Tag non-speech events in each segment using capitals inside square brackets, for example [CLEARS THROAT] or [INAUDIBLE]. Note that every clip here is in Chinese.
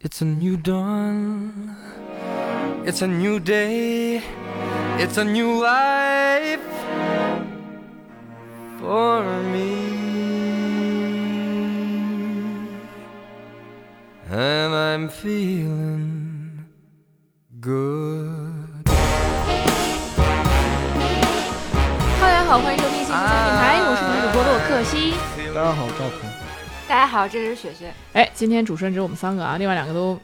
It's a new dawn. It's a new day. It's a new life for me. And I'm feeling good. 大家好，欢迎收听新啊青春电台，我是你们主播洛克西。大家好，赵鹏。大家好，这是雪雪。哎，今天主持人只有我们三个啊，另外两个都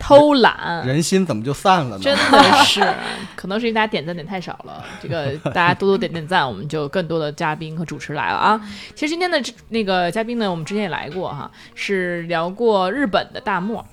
偷懒，人心怎么就散了呢？真的是， [LAUGHS] 可能是因为大家点赞点太少了。这个大家多多点点赞，我们就更多的嘉宾和主持来了啊。其实今天的这那个嘉宾呢，我们之前也来过哈，是聊过日本的大漠。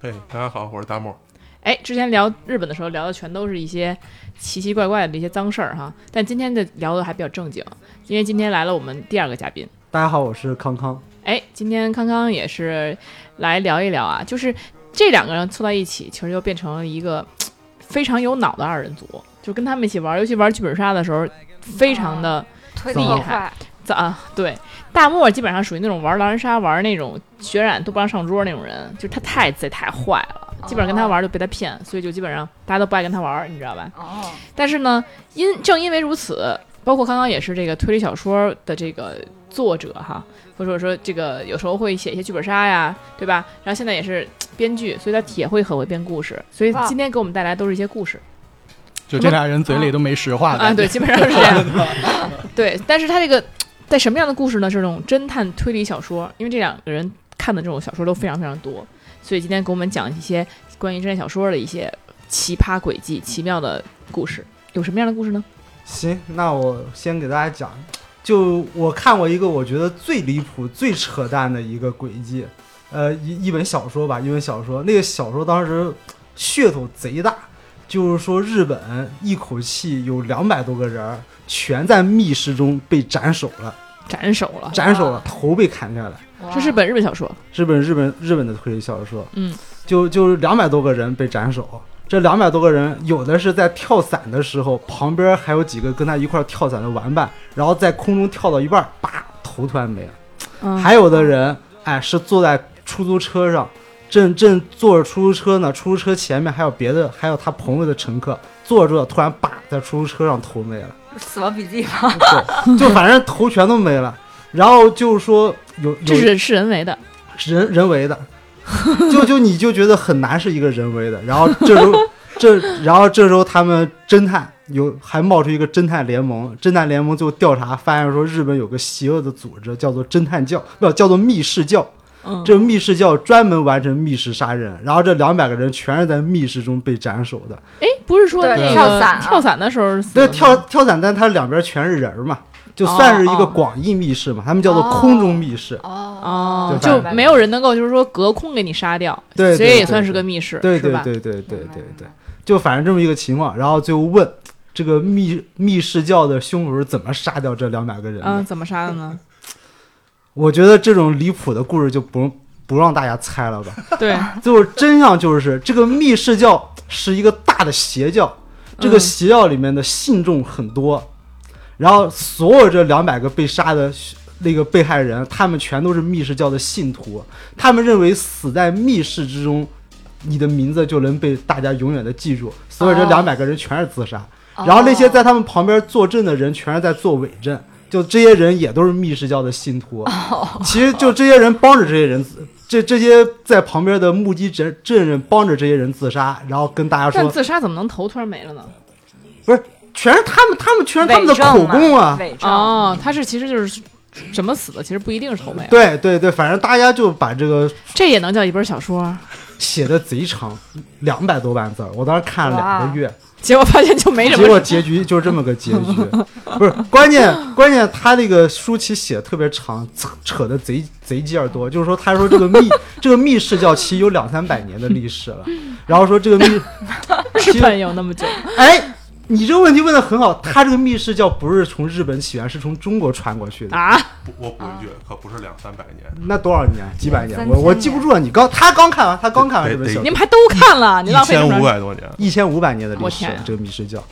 嘿，哎大家好，我是大漠。哎，之前聊日本的时候聊的全都是一些奇奇怪怪的一些脏事儿哈，但今天的聊的还比较正经，因为今天来了我们第二个嘉宾。大家好，我是康康。哎，今天康康也是来聊一聊啊，就是这两个人凑到一起，其实就变成了一个嘖非常有脑的二人组。就跟他们一起玩，尤其玩剧本杀的时候，非常的推厉理害快，咋、啊？对，大漠基本上属于那种玩狼人杀、玩那种血染都不让上桌那种人，就是他太贼太坏了，基本上跟他玩就被他骗，所以就基本上大家都不爱跟他玩，你知道吧？哦，但是呢，因正因为如此，包括刚刚也是这个推理小说的这个作者哈，或者说这个有时候会写一些剧本杀呀，对吧？然后现在也是嘖编剧，所以他也会很会编故事，所以哇今天给我们带来都是一些故事就这俩人嘴里都没实话啊，感觉对，基本上是这样，对。但是他这个嘖在什么样的故事呢？是这种侦探推理小说，因为这两个人看的这种小说都非常非常多，所以今天给我们讲一些关于侦探小说的一些奇葩轨迹、奇妙的故事。有什么样的故事呢？行，那我先给大家讲，就我看过一个我觉得最离谱、最扯淡的一个轨迹，呃，一一本小说吧，一本小说。那个小说当时噱头贼大，就是说日本一口气有两百多个人儿全在密室中被斩首了，斩首了。斩首了，头被砍下来。这是本日本小说，日本日本日本的推理小说，嗯，就就是两百多个人被斩首，这两百多个人有的是在跳伞的时候，旁边还有几个跟他一块儿跳伞的玩伴，然后在空中跳到一半儿，叭，头突然没了。嗯，还有的人，哎，是坐在出租车上，正正坐着出租车呢，出租车前面还有别的，还有他朋友的乘客，坐着坐着突然叭，在出租车上头没了。死亡笔记吗？对，就反正头全都没了。然后就是说有有这是是人为的，人人为 [LAUGHS] 的，就就你就觉得很难是一个人为的。然后这时 [LAUGHS] 候这然后这时候他们侦探有还冒出一个侦探联盟，侦探联盟就调查发现说日本有个邪恶的组织叫做侦探教，不叫做密室教。嗯，这密室教专门完成密室杀人，然后这两百个人全是在密室中被斩首的。哎，不是说那个对跳伞啊跳伞的时候死对，的吗跳跳伞，但它两边全是人儿嘛，就算是一个哦哦广义密室嘛，他们叫做空中密室。哦，对就反没有人能够就是说隔空给你杀掉，对对所以也算是个密室，对是对吧？对对对对对，啊就反正这么一个情况，然后最后问这个密密室教的凶手是怎么杀掉这两百个人的？嗯，怎么杀的 [LAUGHS] 呢？我觉得这种离谱的故事就不用不让大家猜了吧。对， [LAUGHS] 最后真相就是这个密室教是一个大的邪教，这个嗯邪教里面的信众很多，然后所有这两百个被杀的。那个被害人，他们全都是密室教的信徒，他们认为死在密室之中，你的名字就能被大家永远的记住。所以这哦两百个人全是自杀，然后那些在他们旁边作证的人全是在做伪证，就这些人也都是密室教的信徒。 [LAUGHS] 其实就这些人帮着这些人自，这这些在旁边的目击证证人帮着这些人自杀，然后跟大家但说，自杀怎么能头突然没了呢？全是他们，他们全是他们的伪证口嘛供啊。伪证。哦，他是其实就是怎么死的，其实不一定是头没了，对对对，反正大家就把这个这也能叫一本小说？写的贼长，两百多万字儿，我当时看了两个哇月。结果发现就没什结么果结局就是这么个 [LAUGHS] 结局，不是关键，关键他那个舒淇写的特别长，扯扯的贼贼鸡耳朵，就是说他说这个密 [LAUGHS] 这个密室教其实有两三百年的历史了，然后说这个密，日本有那么久，哎，你这个问题问的很好，他这个密室教不是从日本起源，是从中国传过去的。啊，不我补一句，可不是两三百年，那多少年？几百年？三千我我年记不住了。啊你刚他刚看完，他刚看完得这本得小你们还都看了，你浪一费这千么长五时间百多年。一千五百年的历我史天啊，这个密室教，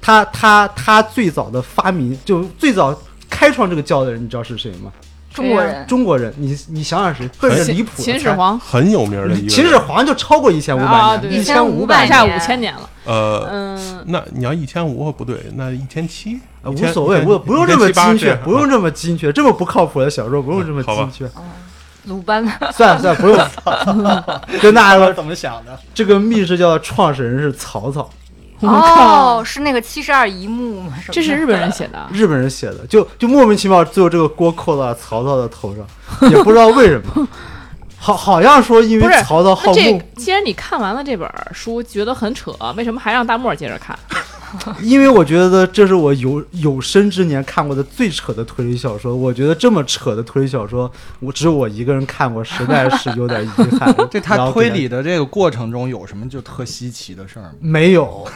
他他他最早的发明就最早开创这个教的人，你知道是谁吗？中国人，中国人，你你想想谁倍儿秦离谱的秦始才皇很有名的一个人。秦始皇就超过一千五啊百年，对对一对千五往百1500下年五千年了，呃，嗯，那你要一千五不对，那一千七呃无所谓，我不用这么精确，不用这么精确，这么不靠谱的小说不用这么好吧精确，鲁班 [LAUGHS] 算了算了，不用。 [LAUGHS] 跟大家说，怎么想的？这个密室叫创始人是曹操，我靠 [LAUGHS] 哦，是那个七十二一木吗？这是日本人写 [LAUGHS] 的啊，日本人写的，就就莫名其妙，最后这个锅扣到了曹操的头上，也不知道为什么。好，好像说因不是为曹操好那这怒个，既然你看完了这本儿书，觉得很扯，为什么还让大漠接着看？因为我觉得这是我有有生之年看过的最扯的推理小说。我觉得这么扯的推理小说，我只有我一个人看过，实在是有点遗 [LAUGHS]。憾这然他后推给大家理的这个过程中有什么就特稀奇的事儿吗？[LAUGHS] 没有，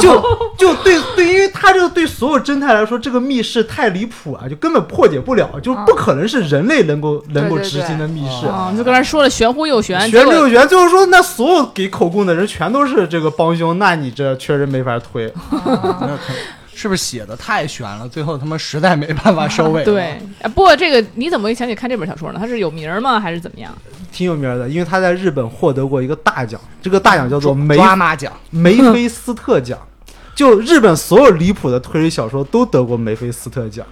就就对对，因为他这个对所有侦探来说，这个密室太离谱啊，就根本破解不了，就不可能是人类能够能够嗯对对哦执行的密室。啊，就跟那说了玄乎又玄，学结果六元最后说，那所有给口供的人全都是这个帮凶，那你这确实没法推。那可是不是写的太悬了？最后他妈实在没办法收尾。对，，啊不过这个你怎么会想起看这本小说呢？它是有名儿吗？还是怎么样？挺有名的，因为他在日本获得过一个大奖，这个大奖叫做梅抓马奖，梅菲斯特奖，就日本所有离谱的推理小说都得过梅菲斯特奖，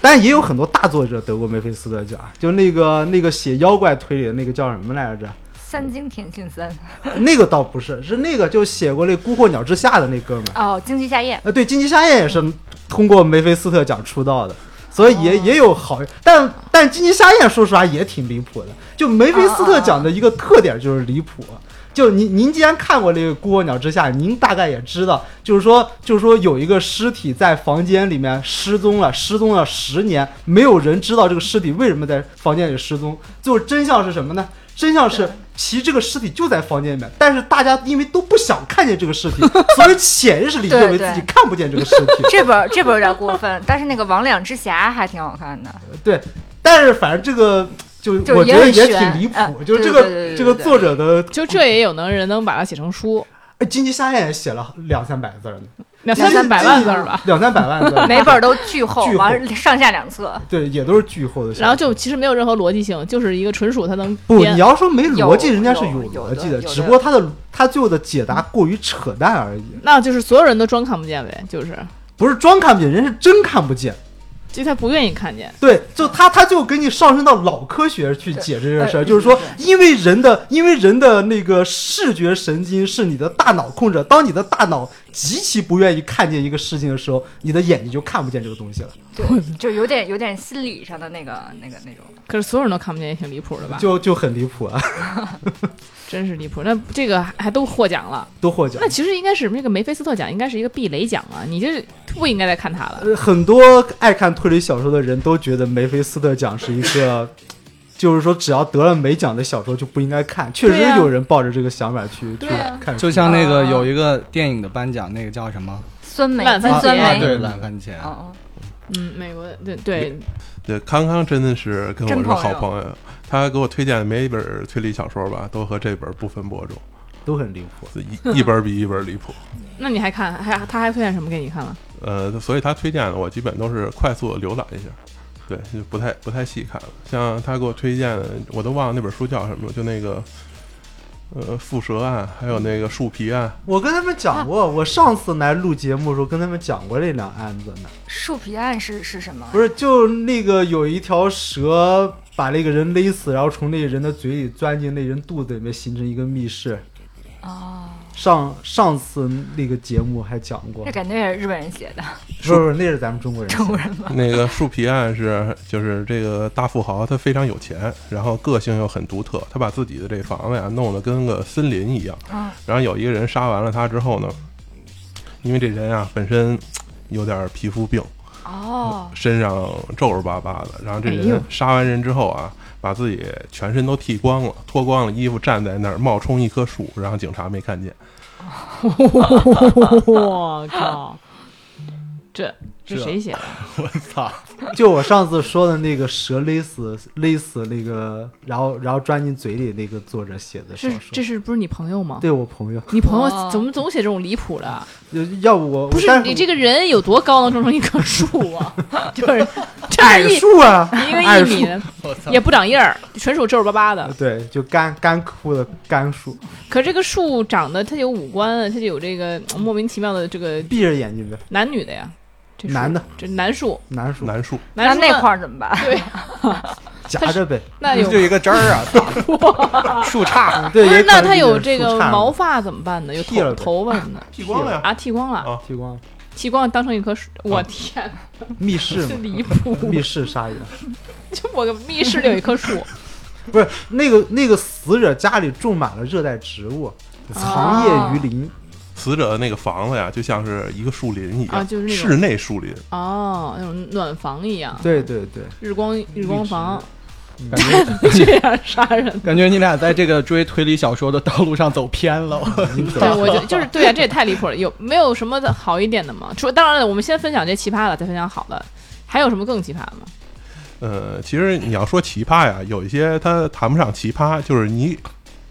但也有很多大作者得过梅菲斯特奖，就那个那个写妖怪推理的那个叫什么来着？三京田信三那个倒不是，是那个就写过那《孤鹤鸟之下》的那哥们儿，哦，京崎夏彦呃，对，金鸡夏彦也是通过梅菲斯特奖出道的。所以也也有好，但但金鸡夏彦说实话也挺离谱的。就梅菲斯特奖的一个特点就是离谱，就您您既然看过这个《孤鹤鸟之下》，您大概也知道，就是说就是说有一个尸体在房间里面失踪了，失踪了十年，没有人知道这个尸体为什么在房间里失踪。最后真相是什么呢？真相是其实这个尸体就在房间里面，但是大家因为都不想看见这个尸体，所以潜意识里认为自对己对看不见这个尸体。这本 [LAUGHS] 这本有点过分，但是那个王两之侠还挺好 [LAUGHS] 看的，对，但是反正这个就就是我觉得也很也悬挺离啊谱，就是对这个对对对这个对作者的就这也有能人能把它写成书，呃金鸡夏彦也写了两三百 [LAUGHS] 字儿呢，两三百万字儿吧。两三百万字儿，每啊本都巨厚，巨厚完了上下两册。对，也都是巨厚的小说。然后就其实没有任何逻辑性，就是一个纯属他能不，编你要说没逻辑，有人家是有有逻的辑的，有只的不过他的他最后的解答过于扯淡而已，那就是所有人都装看不见呗，就是，不是装看不见，人是真看不见。就他不愿意看见。对，就他他就给你上升到老科学去解释这个事儿，对就是说对，因为人的因为人的那个视觉神经是你的大脑控制，当你的大脑极其不愿意看见一个事情的时候，你的眼睛就看不见这个东西了。对，就有点有点心理上的那个那个那种。可是所有人都看不见，也挺离谱的吧？就就很离谱啊， [LAUGHS] 真是离谱。那这个还还都获奖了，都获奖那。其实应该是那个梅菲斯特奖，应该是一个避雷奖啊，你这不应该再看他了。呃，很多爱看推理小说的人都觉得梅菲斯特奖是一个，就是说只要得了美奖的小说就不应该看。确实对呀有人抱着这个想法去、去对呀看书，就像那个有一个电影的颁奖，那个叫什么？酸梅烂番金茄酸啊啊梅，对，嗯烂番茄。哦，嗯，美国的对对，对，康康真的是跟我真是好朋朋友，他给我推荐的每一本推理小说吧，都和这本不分伯仲，都很离谱。一一本比一本离谱。那你还看还他还推荐什么给你看了？呃，所以他推荐的我基本都是快速的浏览一下，对，就不太不太细看了。像他给我推荐的，我都忘了那本书叫什么了，就那个呃蝮蛇案，还有那个树皮案，我跟他们讲过，我上次来录节目的时候跟他们讲过这两案子呢。树皮案是是什么？不是，就那个有一条蛇把那个人勒死，然后从那个人的嘴里钻进那人肚子里面，形成一个密室。哦，上上次那个节目还讲过 [LAUGHS] 这，感觉也是日本人写的，不是不是，那是咱们中国人写的。中国人吧？那个树皮案是就是这个大富豪，他非常有钱，然后个性又很独特，他把自己的这房子呀弄得跟个森林一样。嗯然后有一个人杀完了他之后呢，因为这人啊本身有点皮肤病， [LAUGHS] 哦，身上皱皱巴巴的，然后这哎呦人杀完人之后啊，把自己全身都剃光了，脱光了衣服站在那儿冒充一棵树，然后警察没看见。我靠， [LAUGHS] 这这是啊谁写的？我操！就我上次说的那个蛇勒死勒死那个，然后然后钻进嘴里那个作者写的小是说，这是不是你朋友吗？对我朋友，你朋友哦怎么总写这种离谱的？就要不我不是但 [LAUGHS] 你这个人有多高能种成一棵树啊？就是这上矮个一树啊，一个矮一米树，的，我操也不长叶儿，纯属皱皱巴巴的。对，就干干枯的干树，可这个树长得它有五官，它就有这个呃莫名其妙的这个闭着眼睛的男女的呀。这树男的，这男树，楠树，难树，那男树呢那块儿怎么办？夹着呗，那有就一个枝儿啊， [LAUGHS] 树杈，嗯对，不也是？可那能它就有是这树个杈嘛毛发怎么办呢？有剃了头呗头发什么的剃光了呀，啊？剃光了，啊剃光剃光了当成一棵树，我啊天，密室这 [LAUGHS] 嘛，离谱！密室杀人，就我个密室里有一棵树，不是那个那个死者家里种满了热带植哦物，藏啊叶鱼鳞，死者的那个房子呀，就像是一个树林一样，啊就是那种室内树林，哦，那种暖房一样，对对 [LAUGHS] 对，日光日光房，感觉 [LAUGHS] 这样杀人。 [LAUGHS] 感觉你俩在这个追推理小说的道路上走偏了。你走对，我 [LAUGHS] 就就是对啊，这也太离谱了。有没有什么的好一点的吗？除当然了，我们先分享这奇葩的，再分享好的，还有什么更奇葩的吗？呃，其实你要说奇葩呀，有一些它谈不上奇葩，就是你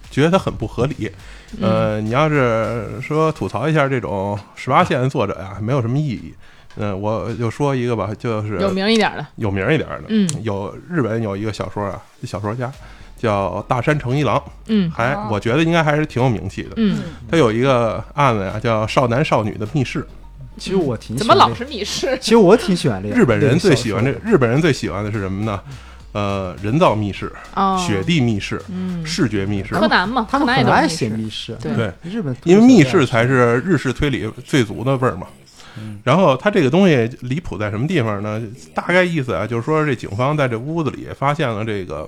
觉得它很不合理。嗯呃，你要是说吐槽一下这种十八线的作者呀，没有什么意义。嗯、我就说一个吧，就是呃有名一点的，有名儿一点儿的，嗯有日本有一个小说啊，小说家叫大山诚一郎，嗯还哦我觉得应该还是挺有名气的。嗯，他有一个案子呀、啊叫《少男少女的密室其实我挺怎喜么欢老这是你是？其实我挺喜欢这》，个日本人最喜欢这，个小说日本人最喜欢的是什么呢？呃，人造密室、哦，雪地密室、嗯，视觉密室，柯南嘛，的，他柯们南也很都爱是写密室。密室，对对，日本因为密室室才是日式推理最足的味儿嘛。然后它这个东西离谱在什么地方呢？大概意思啊，就是说这警方在这屋子里发现了这个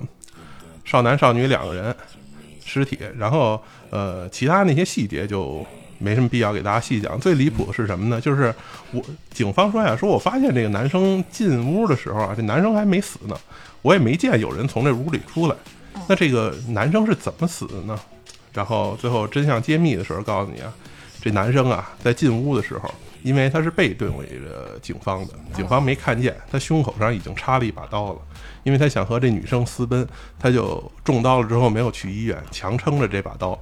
少男少女两个人尸体，然后呃，其他那些细节就没什么必要给大家细讲。最离谱的是什么呢？就是我警方说呀，说我发现这个男生进屋的时候啊，这男生还没死呢，我也没见有人从这屋里出来。那这个男生是怎么死的呢？然后最后真相揭秘的时候告诉你啊，这男生啊在进屋的时候，因为他是背对着警方的，警方没看见，他胸口上已经插了一把刀了，因为他想和这女生私奔，他就中刀了之后没有去医院，强撑着这把刀。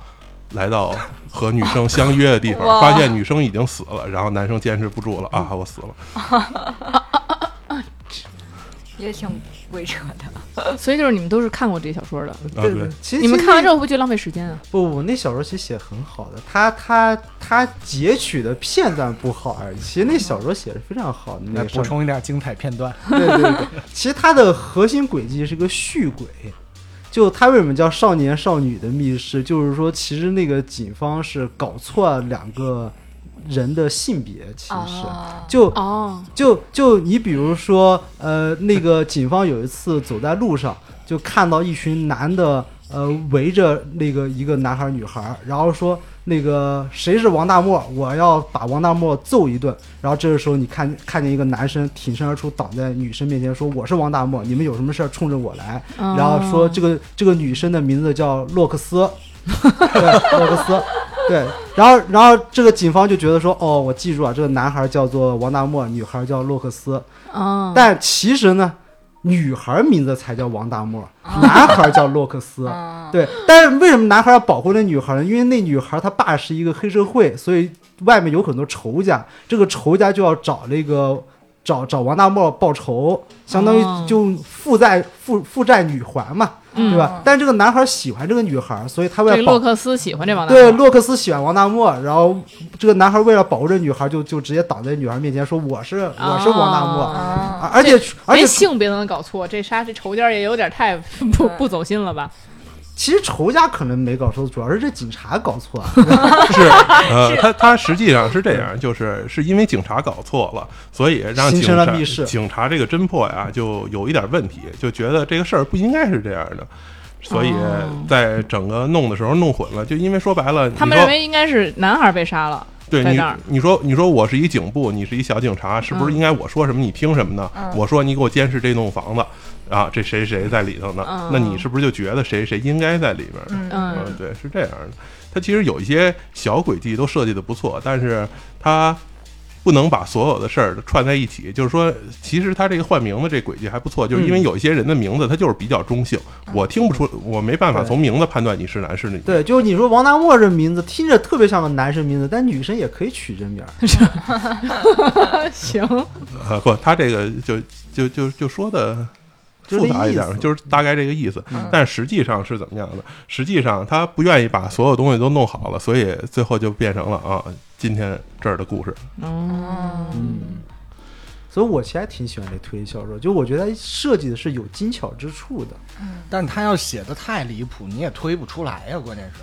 来到和女生相约的地方，哇发现女生已经死了，然后男生坚持不住了啊，我死了。 [LAUGHS] 也挺鬼扯的。所以就是你们都是看过这小说的，啊，对对，，其实你们其实看完之后会不会觉得浪费时间啊？不不，那小说其实写得很好的，他他他截取的片段不好而已。其实那小说写的非常好，[LAUGHS] 那来个补上充一点精彩片段，对对对， [LAUGHS] 其实它的核心轨迹是个续轨。就它为什么叫少年少女的密室？就是说，其实那个警方是搞错了两个人的性别，其实、啊就哦，就就你比如说，呃，那个警方有一次走在路上，就看到一群男的，呃，围着那个一个男孩儿女孩儿，然后说那个谁是王大漠，我要把王大漠揍一顿。然后这个时候你看看见一个男生挺身而出，挡在女生面前说我是王大漠，你们有什么事儿冲着我来。然然后说这个这个女生的名字叫洛克斯， [LAUGHS] 对，洛克斯，对。然后然后这个警方就觉得说，哦，我记住了，这个男孩叫做王大漠，女孩叫洛克斯。哦，但其实呢，女孩名字才叫王大漠，男孩叫洛克斯。嗯，对，但是为什么男孩要保护那女孩呢？因为那女孩她爸是一个黑社会，所以外面有很多仇家，这个仇家就要找那个找找王大漠报仇，相当哦于就负债负负债女还嘛，对吧？嗯但这个男孩喜欢这个女孩，所以他为这了洛保克斯喜欢这帮男对的洛克斯喜欢王大漠，然后这个男孩为了保护这女孩就，就直接挡在女孩面前说我是我是王大漠，哦啊，而而且而连且性别都能搞错，这杀这仇家也有点太不不走心了吧？其实仇家可能没搞错，主要是这警察搞错了。是，呃，他他实际上是这样，就是是因为警察搞错了，所以让形警成了察密室警察这个侦破呀，就有一点问题，就觉得这个事儿不应该是这样的，所以哦在整个弄的时候弄混了，就因为说白了，他你们说认为应该是男孩被杀 [LAUGHS] 了，对在你那儿，你说你说我是一警部，你是一小警察，是不是嗯应该我说什么你听什么呢？嗯我说你给我监视这栋房子啊，这谁谁在里头呢？嗯那你是不是就觉得谁谁应该在里边呢？嗯嗯嗯，对，是这样的。它其实有一些小轨迹都设计的不错，但是它不能把所有的事儿串在一起。就是说，其实他这个换名字这轨迹还不错，就是因为有一些人的名字他就是比较中性，我听不出，我没办嗯法啊对从名字判断你是男是女。对，就是你说王大漠这名字听着特别像个男生名字，但女生也可以取这名儿。行，啊，不，他这个就就就就说的就复这杂一意点儿，思就是大概这个意思。嗯但实际上是怎么样的？实际上他不愿意把所有东西都弄好了，所以最后就变成了啊，今天这儿的故事。哦，嗯，所以我其实还挺喜欢这推理小说，就我觉得它设计的是有精巧之处的。但他要写的太离谱，你也推不出来呀、啊关键是，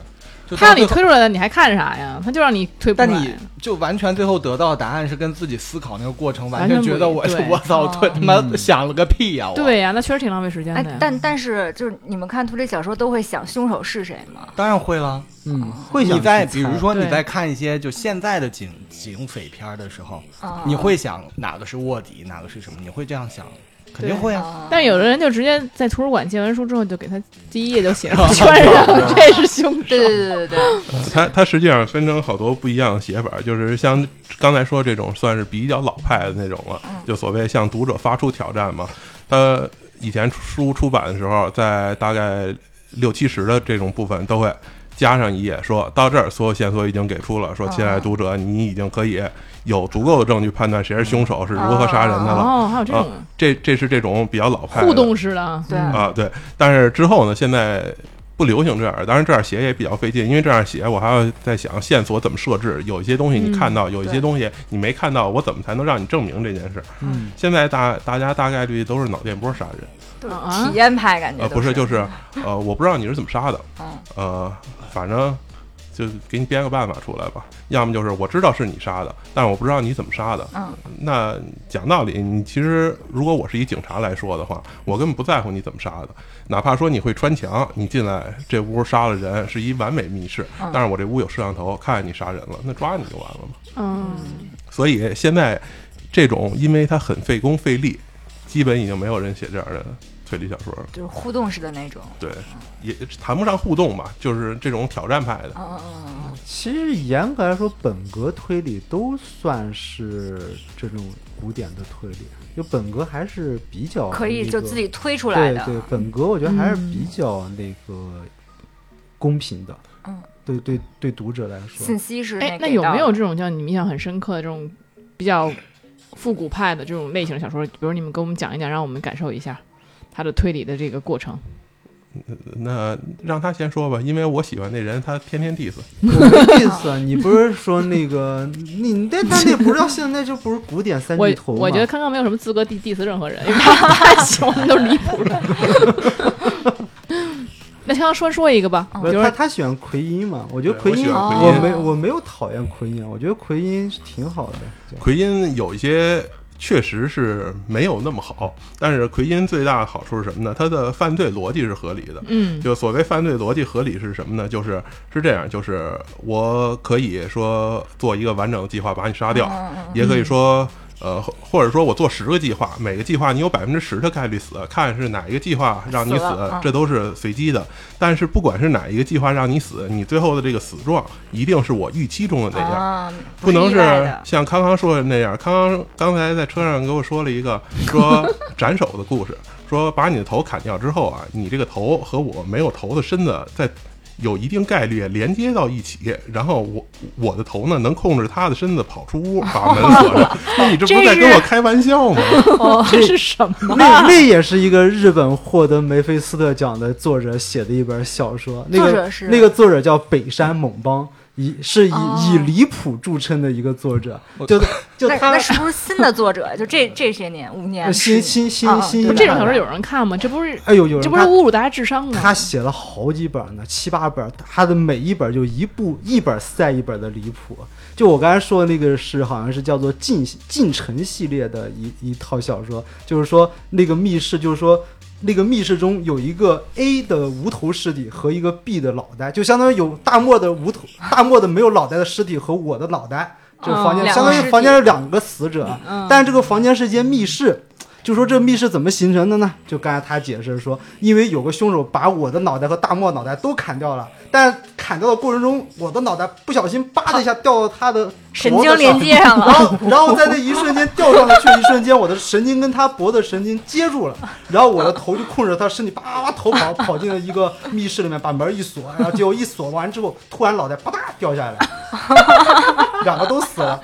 就他到让你最后，推出来的，你还看啥呀？他就让你推不但出来你就完全最后得到的答案是跟自己思考那个过程完完全全不觉得我对 [LAUGHS] 我操，哦对他妈想了个屁哦呀、我对呀、那确实挺浪费时间哎的呀。，但但是就是你们看推理小说都会想凶手是谁吗？当然会了。嗯，会想你在去比猜如说你对在看一些就现在的警警匪片儿的时候，啊，你会想哪个是卧底，哪个是什么？你会这样想，肯定对会啊。啊？但有的人就直接在图书馆借完书之后，就给他第一页就 [LAUGHS] 写上穿上，啊这是凶手。对对对对对，呃它它实际上分成好多不一样的写法，就是像刚才说这种算是比较老派的那种了，嗯就所谓向读者发出挑战嘛。它以前书出版的时候，在大概六七十的这种部分都会加上一页说，到这儿所有线索已经给出了，说亲哦爱的读者，你已经可以有足够的证据判断谁是凶手，是如何杀人的了。哦，还有这种呃啊这这是这种比较老派的互动式的啊，对 [LAUGHS] 啊，对。但是之后呢，现在不流行这样，当然这样写也比较费劲，因为这样写我还要在想线索怎么设置，有一些东西你看到，有一些对东西你没看到，我怎么才能让你证明这件事？嗯，现在大大家大概率都是脑电波杀人，都啊是体验派感觉呃，都不是，就是呃，我不知道你是怎么杀的，嗯呃，反正。就给你编个办法出来吧，要么就是我知道是你杀的，但是我不知道你怎么杀的。嗯那讲道理，你其实如果我是一警察来说的话，我根本不在乎你怎么杀的，哪怕说你会穿墙，你进来这屋杀了人是一完美密室，但是我这屋有摄像头，看见你杀人了，那抓你就完了嘛。嗯，所以现在这种，因为它很费工费力，基本已经没有人写这样的推理小说了。就是互动式的那种。对，也谈不上互动吧，就是这种挑战派的。嗯嗯嗯嗯其实严格来说，本格推理都算是这种古典的推理，就本格还是比较嗯，可以那就个自己推出来的。嗯对对，本格我觉得还是比嗯较那个公平的。嗯，对对对，读者来说信，息是哎，那那有没有给这种叫你们印象很深刻的这种比较复古派的这种类型的小说？比如你们给我们讲一讲，让我们感受一下他的推理的这个过程。那让他先说吧，因为我喜欢那人，他天天 diss。我的意思啊，你不是说那个你你那那那不是现在就不是古典三我巨头吗？我觉得康康没有什么资格 diss diss 任何人，因为他太喜欢都离谱了。 [LAUGHS] 那康康说说一个吧，不比是如他说他喜欢奎因嘛？我觉得奎对因，我欢喜奎我因没我没有讨厌奎因，我觉得奎因是挺好的。奎因有一些确实是没有那么好，但是奎因最大的好处是什么呢？它的犯罪逻辑是合理的。嗯就所谓犯罪逻辑合理是什么呢？就是是这样，就是我可以说做一个完整的计划把你杀嗯掉，也可以说。呃，或或者说我做十个计划，每个计划你有百分之十的概率死，看是哪一个计划让你死死，了嗯这都是随机的。但是不管是哪一个计划让你死，你最后的这个死状一定是我预期中的那样。啊，不能是意是外的像康康说的那样。康康刚才在车上给我说了一个说斩首的故事，说把你的头砍掉之后啊，你这个头和我没有头的身子在有一定概率连接到一起，然后我我的头呢能控制他的身子跑出屋，把门锁上。那你这不是在跟我开玩笑吗？哦，这是什么？ [LAUGHS] 那那也是一个日本获得梅菲斯特奖的作者写的一本小说，那作者个是那个作者叫北山猛邦，以是以、哦以离谱著称的一个作者，我就就那他呃那是不是新的作者？就 [LAUGHS] 这这些年五年新新新啊新不一是代这种小说有人看吗？这不是哎呦有人这不是看侮辱大家智商吗？他写了好几本呢，七八本，他的每一本就一部一本赛一本的离谱。就我刚才说的那个是好像是叫做进进城系列的一一套小说，就是说那个密室，就是说那个密室中有一个 A 的无头尸体和一个 B 的脑袋，就相当于有大漠的无头大漠的没有脑袋的尸体和我的脑袋，就房间、嗯相当两个尸于体房间是两个死者，嗯但这个房间是一间密室。就说这密室怎么形成的呢？就刚才他解释说，因为有个凶手把我的脑袋和大漠脑袋都砍掉了，但是砍掉的过程中，我的脑袋不小心叭的一下掉到他的神脖子经连上接上然了，[LAUGHS] 哦后，然后在那一瞬间掉上去，一瞬间我的神经跟他脖子神经接 [LAUGHS] 住了，然后我的头就控制着他身体，叭叭头跑跑进了一个密室里面，把门一锁，然后结果一锁完之后，突然脑袋啪嗒掉下来， [LAUGHS] 两个都死了。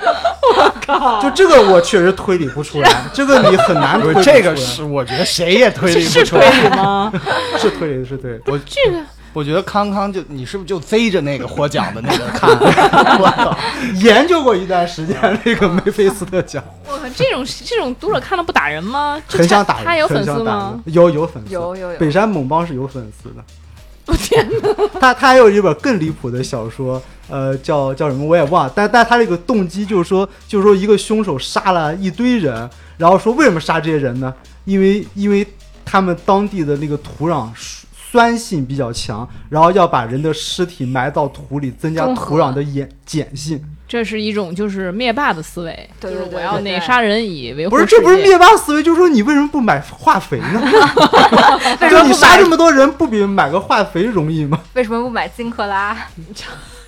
就这个我确实推理不出来， [LAUGHS] 这个你很难推理不是出来这个是我觉得谁也推 [LAUGHS] 理不是出推来。理吗？是推理是推理。我这个我觉得康康就你是不是就贼着那个获奖的那个看？我 [LAUGHS] 操！研究过一段时间那个梅菲斯特奖，我靠，啊这种这种读者看了不打人吗？这很想他打人，他有粉很丝想打吗人？有有粉丝，有有有北山猛帮是有粉丝的。我天哪！他他还有一本更离谱的小说，呃，叫叫什么我也忘了，但但他这个动机就是说，就是说一个凶手杀了一堆人，然后说为什么杀这些人呢？因为因为他们当地的那个土壤酸酸性比较强，然后要把人的尸体埋到土里，增加中和土壤的碱碱性。这是一种就是灭霸的思维，对就是对对我要对那对杀人以呃维护不是，这不是世界灭霸思维，就是说你为什么不买化 [LAUGHS] 肥呢？为什就么你不杀买这么多人，不比买个化肥容易吗？ [LAUGHS] 为什么不买金克拉？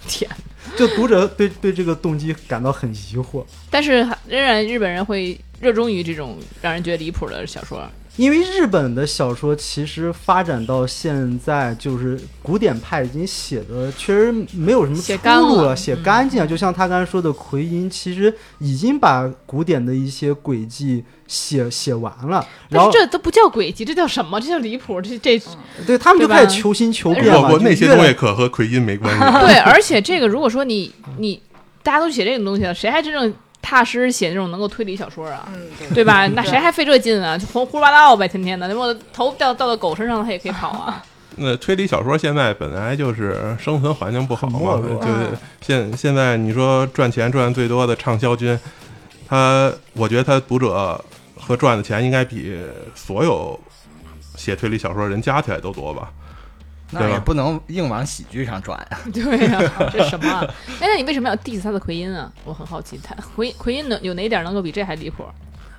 天。就读者对对这个动机感到很疑惑。但是仍然日本人会热衷于这种让人觉得离谱的小说。因为日本的小说其实发展到现在，就是古典派已经写的确实没有什么写出干路了嗯了，写干净了。就像他刚才说的，奎因其实已经把古典的一些轨迹写写完了，然但是后这都不叫轨迹，这叫什么？这叫离谱！这这嗯对他们就对吧开始求新求不变过了。不过就那些越来东西可和奎因没关系。对，而且这个如果说你你大家都写这种东西了，谁还真正踏实实写那种能够推理小说啊？嗯， [LAUGHS] 对对吧？那谁还费这劲啊？就胡胡说八道呗，天天的。那么头掉到到狗身上了，他也可以跑啊。那推理小说现在本来就是生存环境不好嘛，很没落就是现现在你说赚钱赚最多的畅销军，他我觉得他读者和赚的钱应该比所有写推理小说的人加起来都多吧？那也不能硬往喜剧上转啊呀。 [LAUGHS] 对呀、这什么、啊？哎，那你为什么要 diss 他的奎因啊？我很好奇，他奎奎因能有哪一点能够比这还离谱？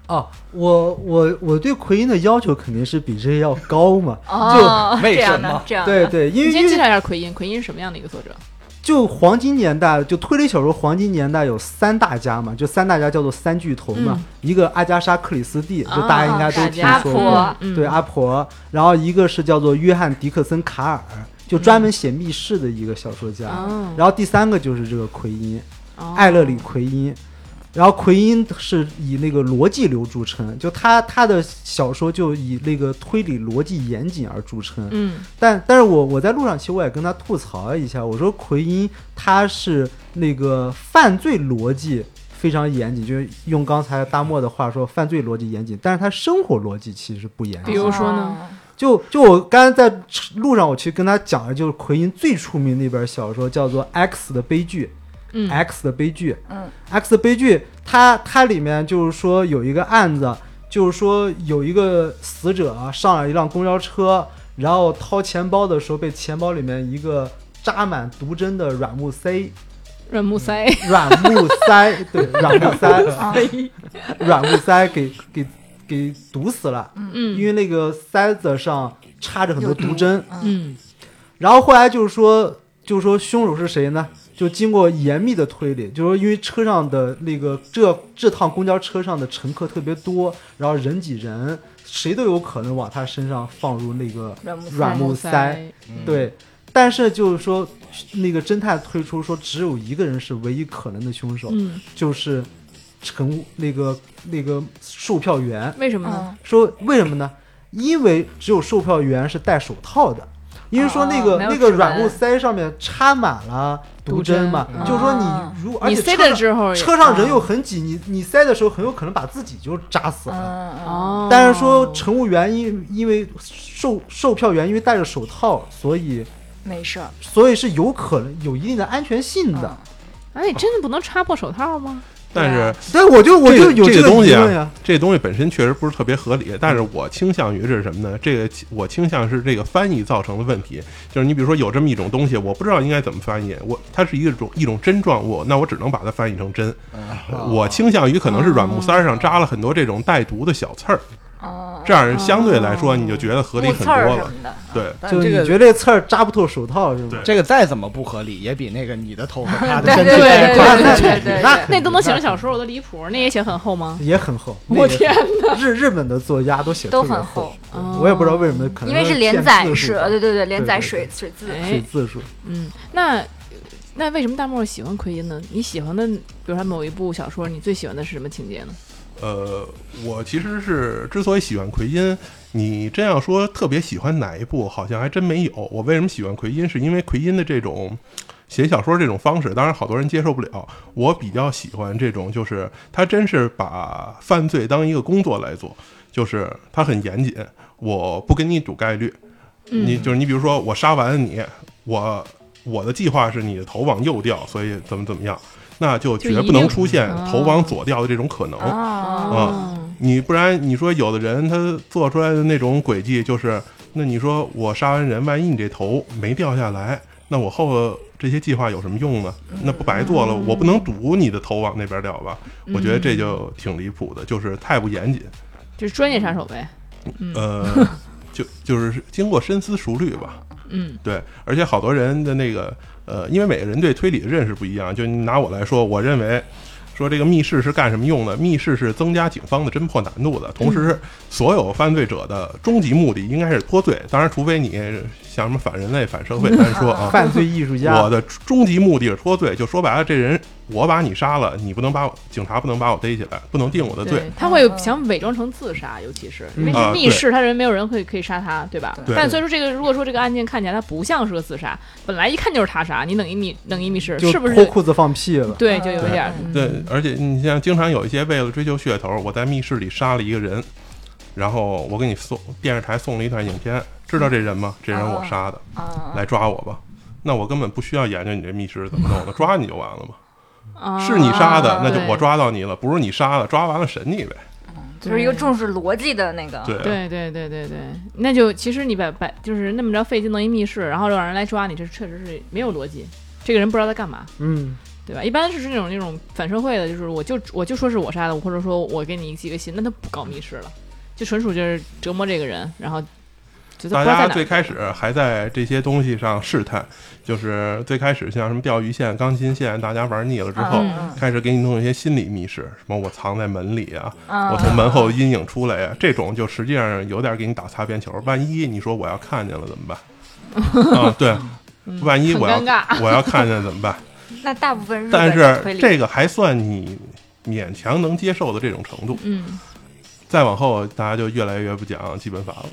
哦，我我我对奎因的要求肯定是比这些要高嘛。哦，为这样什么的这样的对对，因你为因先为介绍一下奎因，奎因是什么样的一个作者？就黄金年代，就推理小说黄金年代有三大家嘛，就三大家叫做三巨头嘛，嗯一个阿加莎·克里斯蒂，就大家应该都听啊说大过，家嗯嗯对阿婆，然后一个是叫做约翰·迪克森·卡尔，就专门写密室的一个小说家，哦然后第三个就是这个奎因，哦艾勒里·奎因。然后奎因是以那个逻辑流著称，就他他的小说就以那个推理逻辑严谨而著称。嗯，但但是我我在路上其实我也跟他吐槽了一下，我说奎因他是那个犯罪逻辑非常严谨，就是用刚才大漠的话说，犯罪逻辑严谨，但是他生活逻辑其实不严比谨。如说哦呢？就就我刚才在路上我去跟他讲的就是奎因最出名的一本小说叫做《X 的悲剧》。嗯 X 的悲剧，嗯，X 的悲剧，它它里面就是说有一个案子，就是说有一个死者啊上了一辆公交车，然后掏钱包的时候被钱包里面一个扎满毒针的软木塞，软木塞，软木塞，对，软木塞，啊软木塞给给给毒死了，因嗯为那个塞子上插着很多毒针，嗯然后后来就是说，就是说凶手是谁呢？就经过严密的推理，就是说因为车上的那个这这趟公交车上的乘客特别多，然后人挤人，谁都有可能往他身上放入那个软木塞软木塞。，对，但是就是说，那个侦探推出说只有一个人是唯一可能的凶手，嗯，就是乘务那个那个售票员。为什么呢？嗯，说为什么呢？因为只有售票员是戴手套的，因为说那个、哦没有那指个纹软木塞上面插满了毒针嘛，毒针就是说哦你如果而你且塞车的上时候也，嗯车上人又很挤，你你塞的时候很有可能把自己就扎死了。嗯嗯，哦，但是说乘务员因因为售售票员因为戴着手套，所以没事儿，所以是有可能有一定的安全性的。嗯哎，你真的不能插破手套吗？但是但我就我这就个有这个个东疑西问呀啊，，这东西本身确实不是特别合理。但是我倾向于是什么呢？这个我倾向是这个翻译造成的问题。就是你比如说有这么一种东西，我不知道应该怎么翻译，我它是一种一种针状物，那我只能把它翻译成针。嗯啊我倾向于可能是软木塞上扎了很多这种带毒的小刺儿，哦，这样相对来说，你就觉得合理木很刺儿多什了。么的，对，但就这你个觉得这刺儿扎不透手套是吗对？这个再怎么不合理，也比那个你的头发他的对身对体对太对夸张对对对那对，那都能写成小说，我都离谱。那也写很厚吗？也很厚，我天，日日本的作家都写都特别很厚，我也不知道为什么，可因能为是骗连载字是，数吧呃对对对，连对载对水对水字，是哎，字数。嗯，那那为什么大漠喜欢奎因呢？你喜欢的，比如说某一部小说，你最喜欢的是什么情节呢？呃，我其实是之所以喜欢奎因，你真要说特别喜欢哪一部，好像还真没有。我为什么喜欢奎因，是因为奎因的这种写小说这种方式，当然好多人接受不了。我比较喜欢这种，就是他真是把犯罪当一个工作来做，就是他很严谨，我不跟你赌概率。嗯你就是你，比如说我杀完你，我我的计划是你的头往右掉，所以怎么怎么样，那就就绝一不能定出现啊头往左掉的这种可能。哦，嗯啊，你不然你说有的人他做出来的那种轨迹，就是那你说我杀完人，万一你这头没掉下来，那我后头这些计划有什么用呢？那不白做了，我不能赌你的头往那边掉吧？我觉得这就挺离谱的，就是太不严谨。就是专业杀手呗。呃，就就是经过深思熟虑吧。嗯，对，而且好多人的那个呃，因为每个人对推理的认识不一样，就你拿我来说，我认为。说这个密室是干什么用的？密室是增加警方的侦破难度的，同时所有犯罪者的终极目的应该是脱罪。当然，除非你像什么反人类、反社会，咱说啊，犯罪艺术家，我的终极目的是脱罪。就说白了，这人我把你杀了，你不能把我警察不能把我逮起来，不能定我的罪。对，他会想伪装成自杀，尤其是因为啊是密室，他人没有人可以可以杀他，对吧？对但所以说这个，如果说这个案件看起来他不像是个自杀，本来一看就是他杀，你冷一密冷一密室，就是不脱是？裤子放屁了。对，就有对点儿对，而且你像经常有一些为了追求噱头，我在密室里杀了一个人，然后我给你送电视台送了一段影片，知道这人吗？这人我杀哦的，啊，哦来抓我吧。那我根本不需要研究你这密室怎么弄的，抓你就完了嘛。啊，是你杀的，那就对我抓到你了；不是你杀的，抓完了审你呗。就是一个对重视逻辑的那个，对啊，哦对对对对对，那就其实你把把就是那么着费劲弄一密室，然后让人来抓你，这确实是没有逻辑。这个人不知道在干嘛，嗯，对吧？一般是那种那种反社会的，就是我就我就说是我杀的，或者说我给你几个心，那他不搞密室了，就纯属就是折磨这个人，然后就他大不知道在家哪。最开始还在这些东西上试探，就是最开始像什么钓鱼线、钢琴线，大家玩腻了之后，嗯开始给你弄一些心理密室，什么我藏在门里啊，嗯我从门后阴影出来呀、啊这种就实际上有点给你打擦边球。万一你说我要看见了怎么办？啊，对， [LAUGHS] 万一嗯很我要尴尬我要看见怎 [LAUGHS] 么办？嗯那大部分日但本的推是理，这个还算你勉强能接受的这种程度。嗯，再往后，大家就越来越不讲基本法了。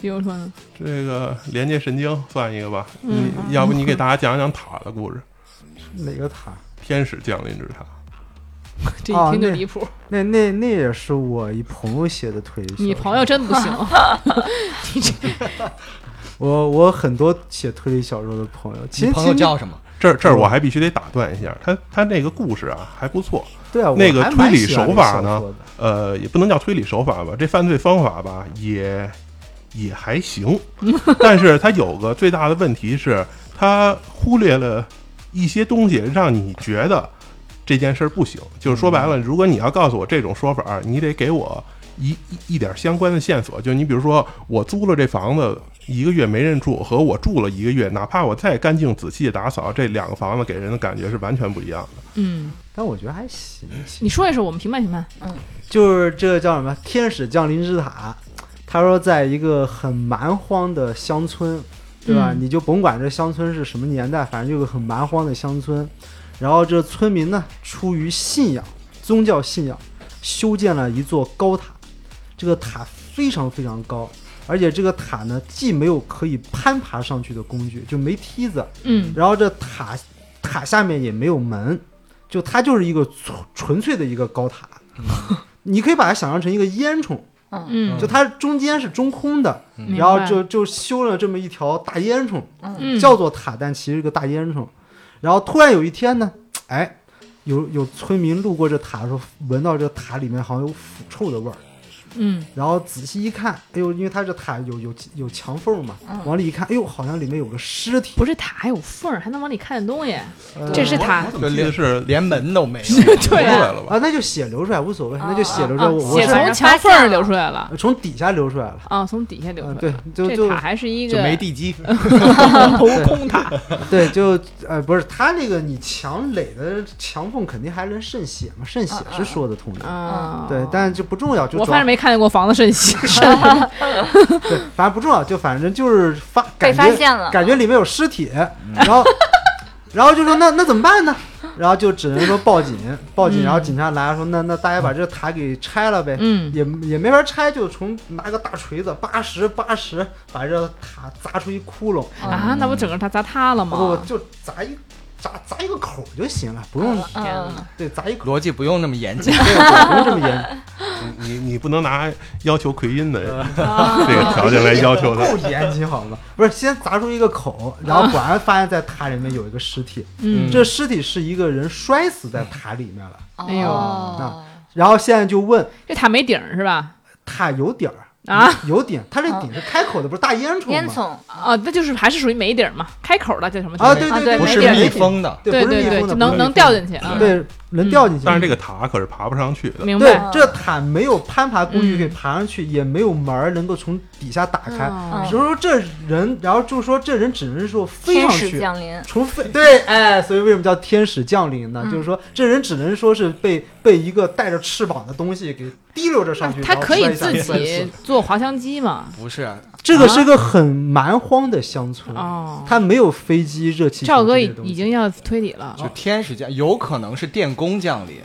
比如说呢，这个连接神经算一个吧，嗯你要不你给 [LAUGHS] 大家讲讲塔的故事，哪个塔？天使降临之塔。这哦一听就那离谱。那那那也是我一朋友写的推理小说。你朋友真不行， [LAUGHS] 我我很多写推理小说的朋友，其你实朋友其实叫什么？这这嗯儿我还必须得打断一下，他他那个故事啊还不错，对啊，我那个还推蛮理喜欢手这法小呢说的呃，也不能叫推理手法吧，这犯罪方法吧，也也 [LAUGHS] 还行，但是它有个最大的问题是，它忽略了一些东西，让你觉得这件事儿不行。就是说白了，如果你要告诉我这种说法儿，你得给我一一一点儿相关的线索。就你比如说，我租了这房子一个月没人住，和我住了一个月，哪怕我再干净仔细的打扫，这两个房子给人的感觉是完全不一样的。嗯，但我觉得还行。其实你说一说，我们评判评判。就是这个叫什么《天使降临之塔》，他说在一个很蛮荒的乡村，对吧？嗯你就甭管这乡村是什么年代，反正就有个很蛮荒的乡村。然后这村民呢，出于信仰、宗教信仰，修建了一座高塔。这个塔非常非常高，而且这个塔呢，既没有可以攀爬上去的工具，就没梯子，嗯然后这塔塔下面也没有门，就它就是一个纯纯粹的一个高 [LAUGHS] 塔。你可以把它想象成一个烟囱，嗯嗯，就它中间是中空的，明然后白就就修了这么一条大烟囱，嗯叫做塔，但其实是个大烟囱。然后突然有一天呢，哎，有有村民路过这塔的时候，闻到这塔里面好像有腐臭的味儿，嗯，然后仔细一看，哎呦，因为它这塔有有有墙缝嘛，嗯往里一看，哎呦，好像里面有个尸体。不是塔还有缝儿，还能往里看见东西。呃这是塔我怎么记得是连门都没有。流出对啊来了吧？啊，那就血流出来无所谓，哦那就血流出来。啊我，我血是从从墙缝儿流出来了呃从底下流出来了。啊，从底下流嗯、出来。对，就这就塔还是一就个啊没地基，头空塔，对，就呃不是它那个你墙垒的墙缝肯定还能渗血嘛，渗血啊啊是说得通的。 [LAUGHS] 啊，对，但就不重要，就嗯我主反要正没看见过房 [LAUGHS] 子渗血，对，反正不重要，就反正就是发被感发觉现了，感觉里面有尸体，然后然后就说那那怎么办呢？然后就只能说报警，报警，嗯然后警察来说那那大家把这塔给拆了呗，嗯，也也没法拆，就从拿个大锤子八十八十把这塔砸出一窟窿，啊，那不嗯整个它砸塌了不不吗？就砸一砸砸一个口就行了，不用嗯嗯对砸一口，逻辑不用那么严 [LAUGHS] 谨。不用这么严，你你你不能拿要求奎因的啊这个条件来要 [LAUGHS] 求他。够严谨好吗？不是先砸出一个口，然后果然发现在塔里面有一个尸体，啊嗯，这尸体是一个人摔死在塔里面了，哎呦哦然后现在就问这塔没顶儿是吧？塔有底儿啊，有顶，它这顶是开口的，不是大烟囱吗？烟囱啊，那就是还是属于没顶儿嘛，开口了叫什么？啊，对啊对，对不没是地儿密，封的，对，不是对密对，封的，就不能是能密封掉的，进去啊，对，能掉进去。但是这个塔可是爬不上去的，明对白。这塔没有攀爬工具可以爬上去，也没有门儿能够从底下打开，哦所以说这人，然后就说这人只能说飞天上使去，降临，除非对，哎，所以为什么叫天使降临呢？嗯就是说这人只能说是被被一个带着翅膀的东西给提溜着上去，啊他然后可以摔下自去己。啊做滑翔机嘛？不是这个是个很蛮荒的乡村，哦，它没有飞机、热气球赵哥这已些东西已经要推理了哦哦就，天使降，有可能是电工降临。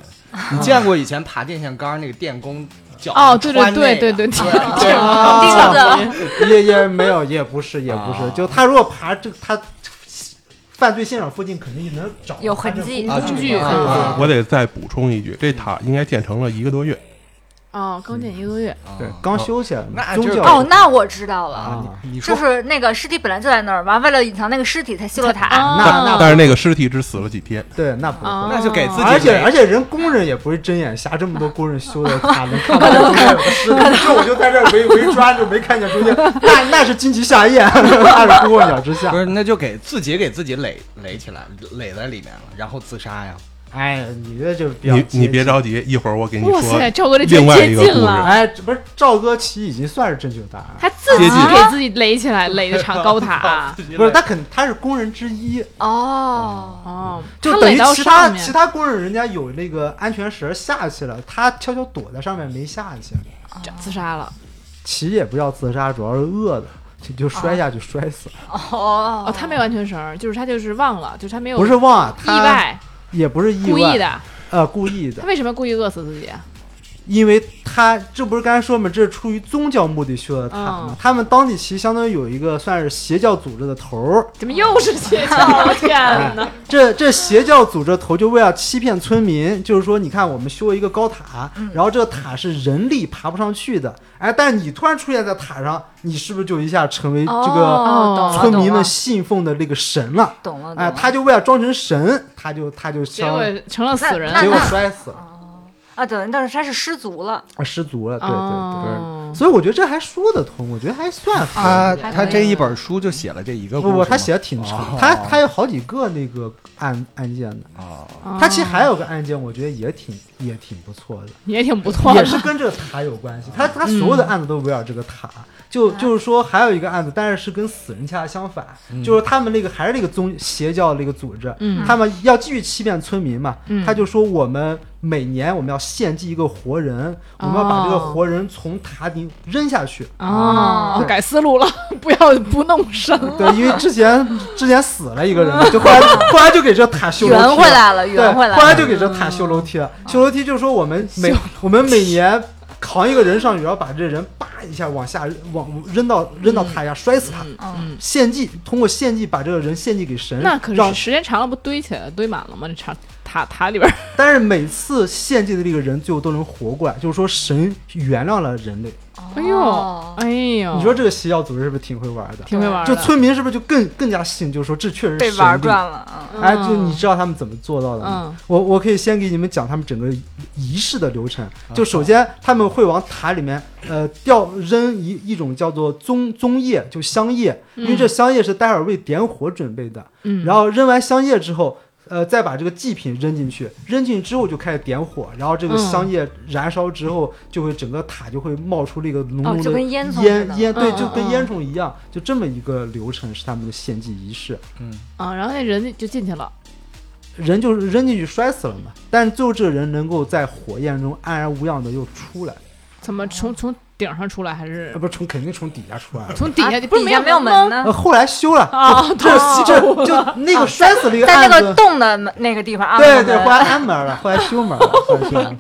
你见过以前爬电线杆儿那个电工脚哦对对穿那个对对对对 [LAUGHS] 对啊钉子 [LAUGHS] 也也没有，也不是，也不是啊，就他如果爬这他。犯罪现场附近肯定能找有痕迹嗯啊工具这个啊我得再补充一句，这塔应该建成了一个多月，哦，刚建一个多月，啊对，刚修起来嘛，那宗就是教哦，那我知道了，啊，你你说就是那个尸体本来就在那儿，完为了隐藏那个尸体才修了塔，啊那那但是那个尸体只死了几天。对，那不啊会。那就给自己而且没而且人工人也不是睁眼瞎，这么多工人修的塔能看到中间有个尸体，就我就在这儿围围抓着，没看见 [LAUGHS] 中间，那那是荆棘下咽，那是孤鹤鸟之下不。是，那就给自己给自己垒垒起来，垒在里面了，然后自杀呀。哎，你这就比较你你别着。着急，一会儿我给你哇说塞，赵哥这另真外接一个近故了，哎，这不是赵哥其实已经算是正确答案，他自己接近给自己垒起来，垒的场 [LAUGHS] 高塔。不是他肯他是工人之一，哦，哦，就他等垒于到其他上面其他工人人家有那个安全绳下去了，他悄悄躲在上面没下去。这自杀了。其实也不叫自杀，主要是饿的，就就啊摔下去摔死了，哦哦，他没有安全绳儿，就是他就是忘了，就是他没有不是忘啊，意他外也不是意故外意，的。呃，故意的他，为什么故意饿死自己啊？因为他这不是刚才说嘛，这是出于宗教目的修的塔嘛，嗯他们当地其实相当于有一个算是邪教组织的头儿，怎么又是邪教？哦我天哪！这这邪教组织的头就为了欺骗村民，就是说你看我们修了一个高塔，嗯然后这个塔是人力爬不上去的，哎，但是你突然出现在塔上，你是不是就一下成 [LAUGHS] 为这个哦懂了村民懂了们信奉的那个神了？懂了，懂哎，了他就为了装成神，他就他就结相果成了死人那结那果摔死了，啊，等于但是他是失足了，啊失足了，对对对。哦所以我觉得这还说得通，我觉得还算合理他还他可以这一本书就写了这一个故啊不事吗，不，他写的挺长，哦他他有好几个那个案案件的，哦，他其实还有个案件，我觉得也挺也挺不错的，也挺不错也的。是跟这个塔有关系。他他所有的案子都围绕这个塔，就就是说还有一个案子，但是是跟死人恰恰相反，就是他们那个还是那个宗邪教那个组织，嗯他们要继续欺骗村民嘛，嗯他就说我们每年我们要献祭一个活人，我们要把这个哦活人从塔顶扔下去。哦，改思路了， [LAUGHS] 不要不弄深了。 [LAUGHS] 对，因为之前之前死了一个人嘛，就后来后来就给这塔修楼梯了圆回来了，对，圆后回来了来，就给这塔修楼梯了。修楼梯就是说我们每修我们每年扛一个人上去，然后把这人叭一下往下往扔到扔到塔下，摔死他。嗯嗯嗯，献祭，通过献祭把这个人献祭给神，那可哎让是时间长了不堆起来了堆满了吗？这塔塔塔里边儿但是每次献祭的这个人最后都能活过来，就是说神原谅了人类。哎呦哦哎呦，你说这个邪教组织是不是挺会玩的？挺会玩就的，村民是不是就更更加信，就是说这确实是被神玩力转了，嗯，哎，就你知道他们怎么做到的吗？嗯我我可以先给你们讲他们整个仪式的流程。嗯就首先他们会往塔里面呃掉扔一一种叫做棕棕叶，就香叶，嗯因为这香叶是待会儿为点火准备的。嗯，然后扔完香叶之后，呃，再把这个祭品扔进去，扔进去之后就开始点火，然后这嗯个香叶燃烧之后，就会整个塔就会冒出了一个浓哦，浓就的。跟烟囱似烟的，烟对，嗯就跟嗯烟囱一样，就这么一个流程是他们的献祭仪式。嗯，啊，然后那人就进去了，人就是扔进去摔死了嘛。但是最后这个人能够在火焰中安然无恙的又出来，怎么从从顶上出来还是呃，啊不是从肯定从底下出来了。从底下？啊不是底下有没有门吗？呢呃，，后来修了，啊就这这就那个摔死了一啊个在案那个子，洞的门那个地方啊，对对，门后来安门了，后来修门 [LAUGHS] 了，后来修门。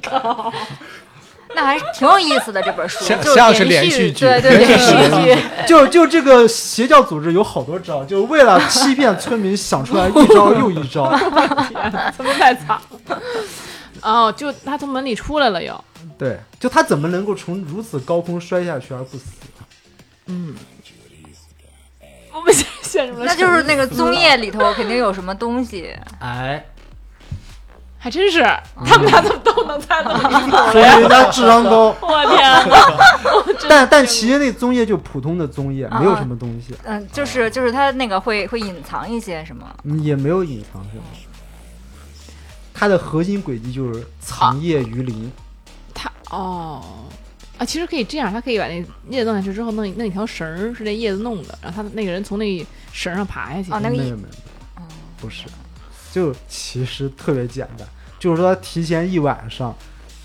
那还是挺有意思的这本书，像就像是连连续剧对对连续剧，就就这个邪教组织有好多招，就是为了欺骗村民，想出来一招又一 [LAUGHS] 招。怎么太惨了？ [LAUGHS] 哦，就他从门里出来了又，对，就他怎么能够从如此高空摔下去而不死？嗯，我们陷陷入了那沉就是默，那个综艺里头肯定有什么东西，哎，还真是嗯他们俩怎么都能猜到？。所以人家智商高我天啊 [LAUGHS] 哪！但但其实那宗业就普通的宗业，没有什么东西，嗯，就是就是它那个会会隐藏一些什么，嗯也没有隐藏什么。它的核心轨迹就是藏业于林，他哦。啊，其实可以这样，他可以把那叶子弄下去之后，弄一弄一条绳儿，是那叶子弄的，然后他那个人从那绳儿上爬下去。哦那个哦没一有没有，不是，就其实特别简单，就是说提前一晚上，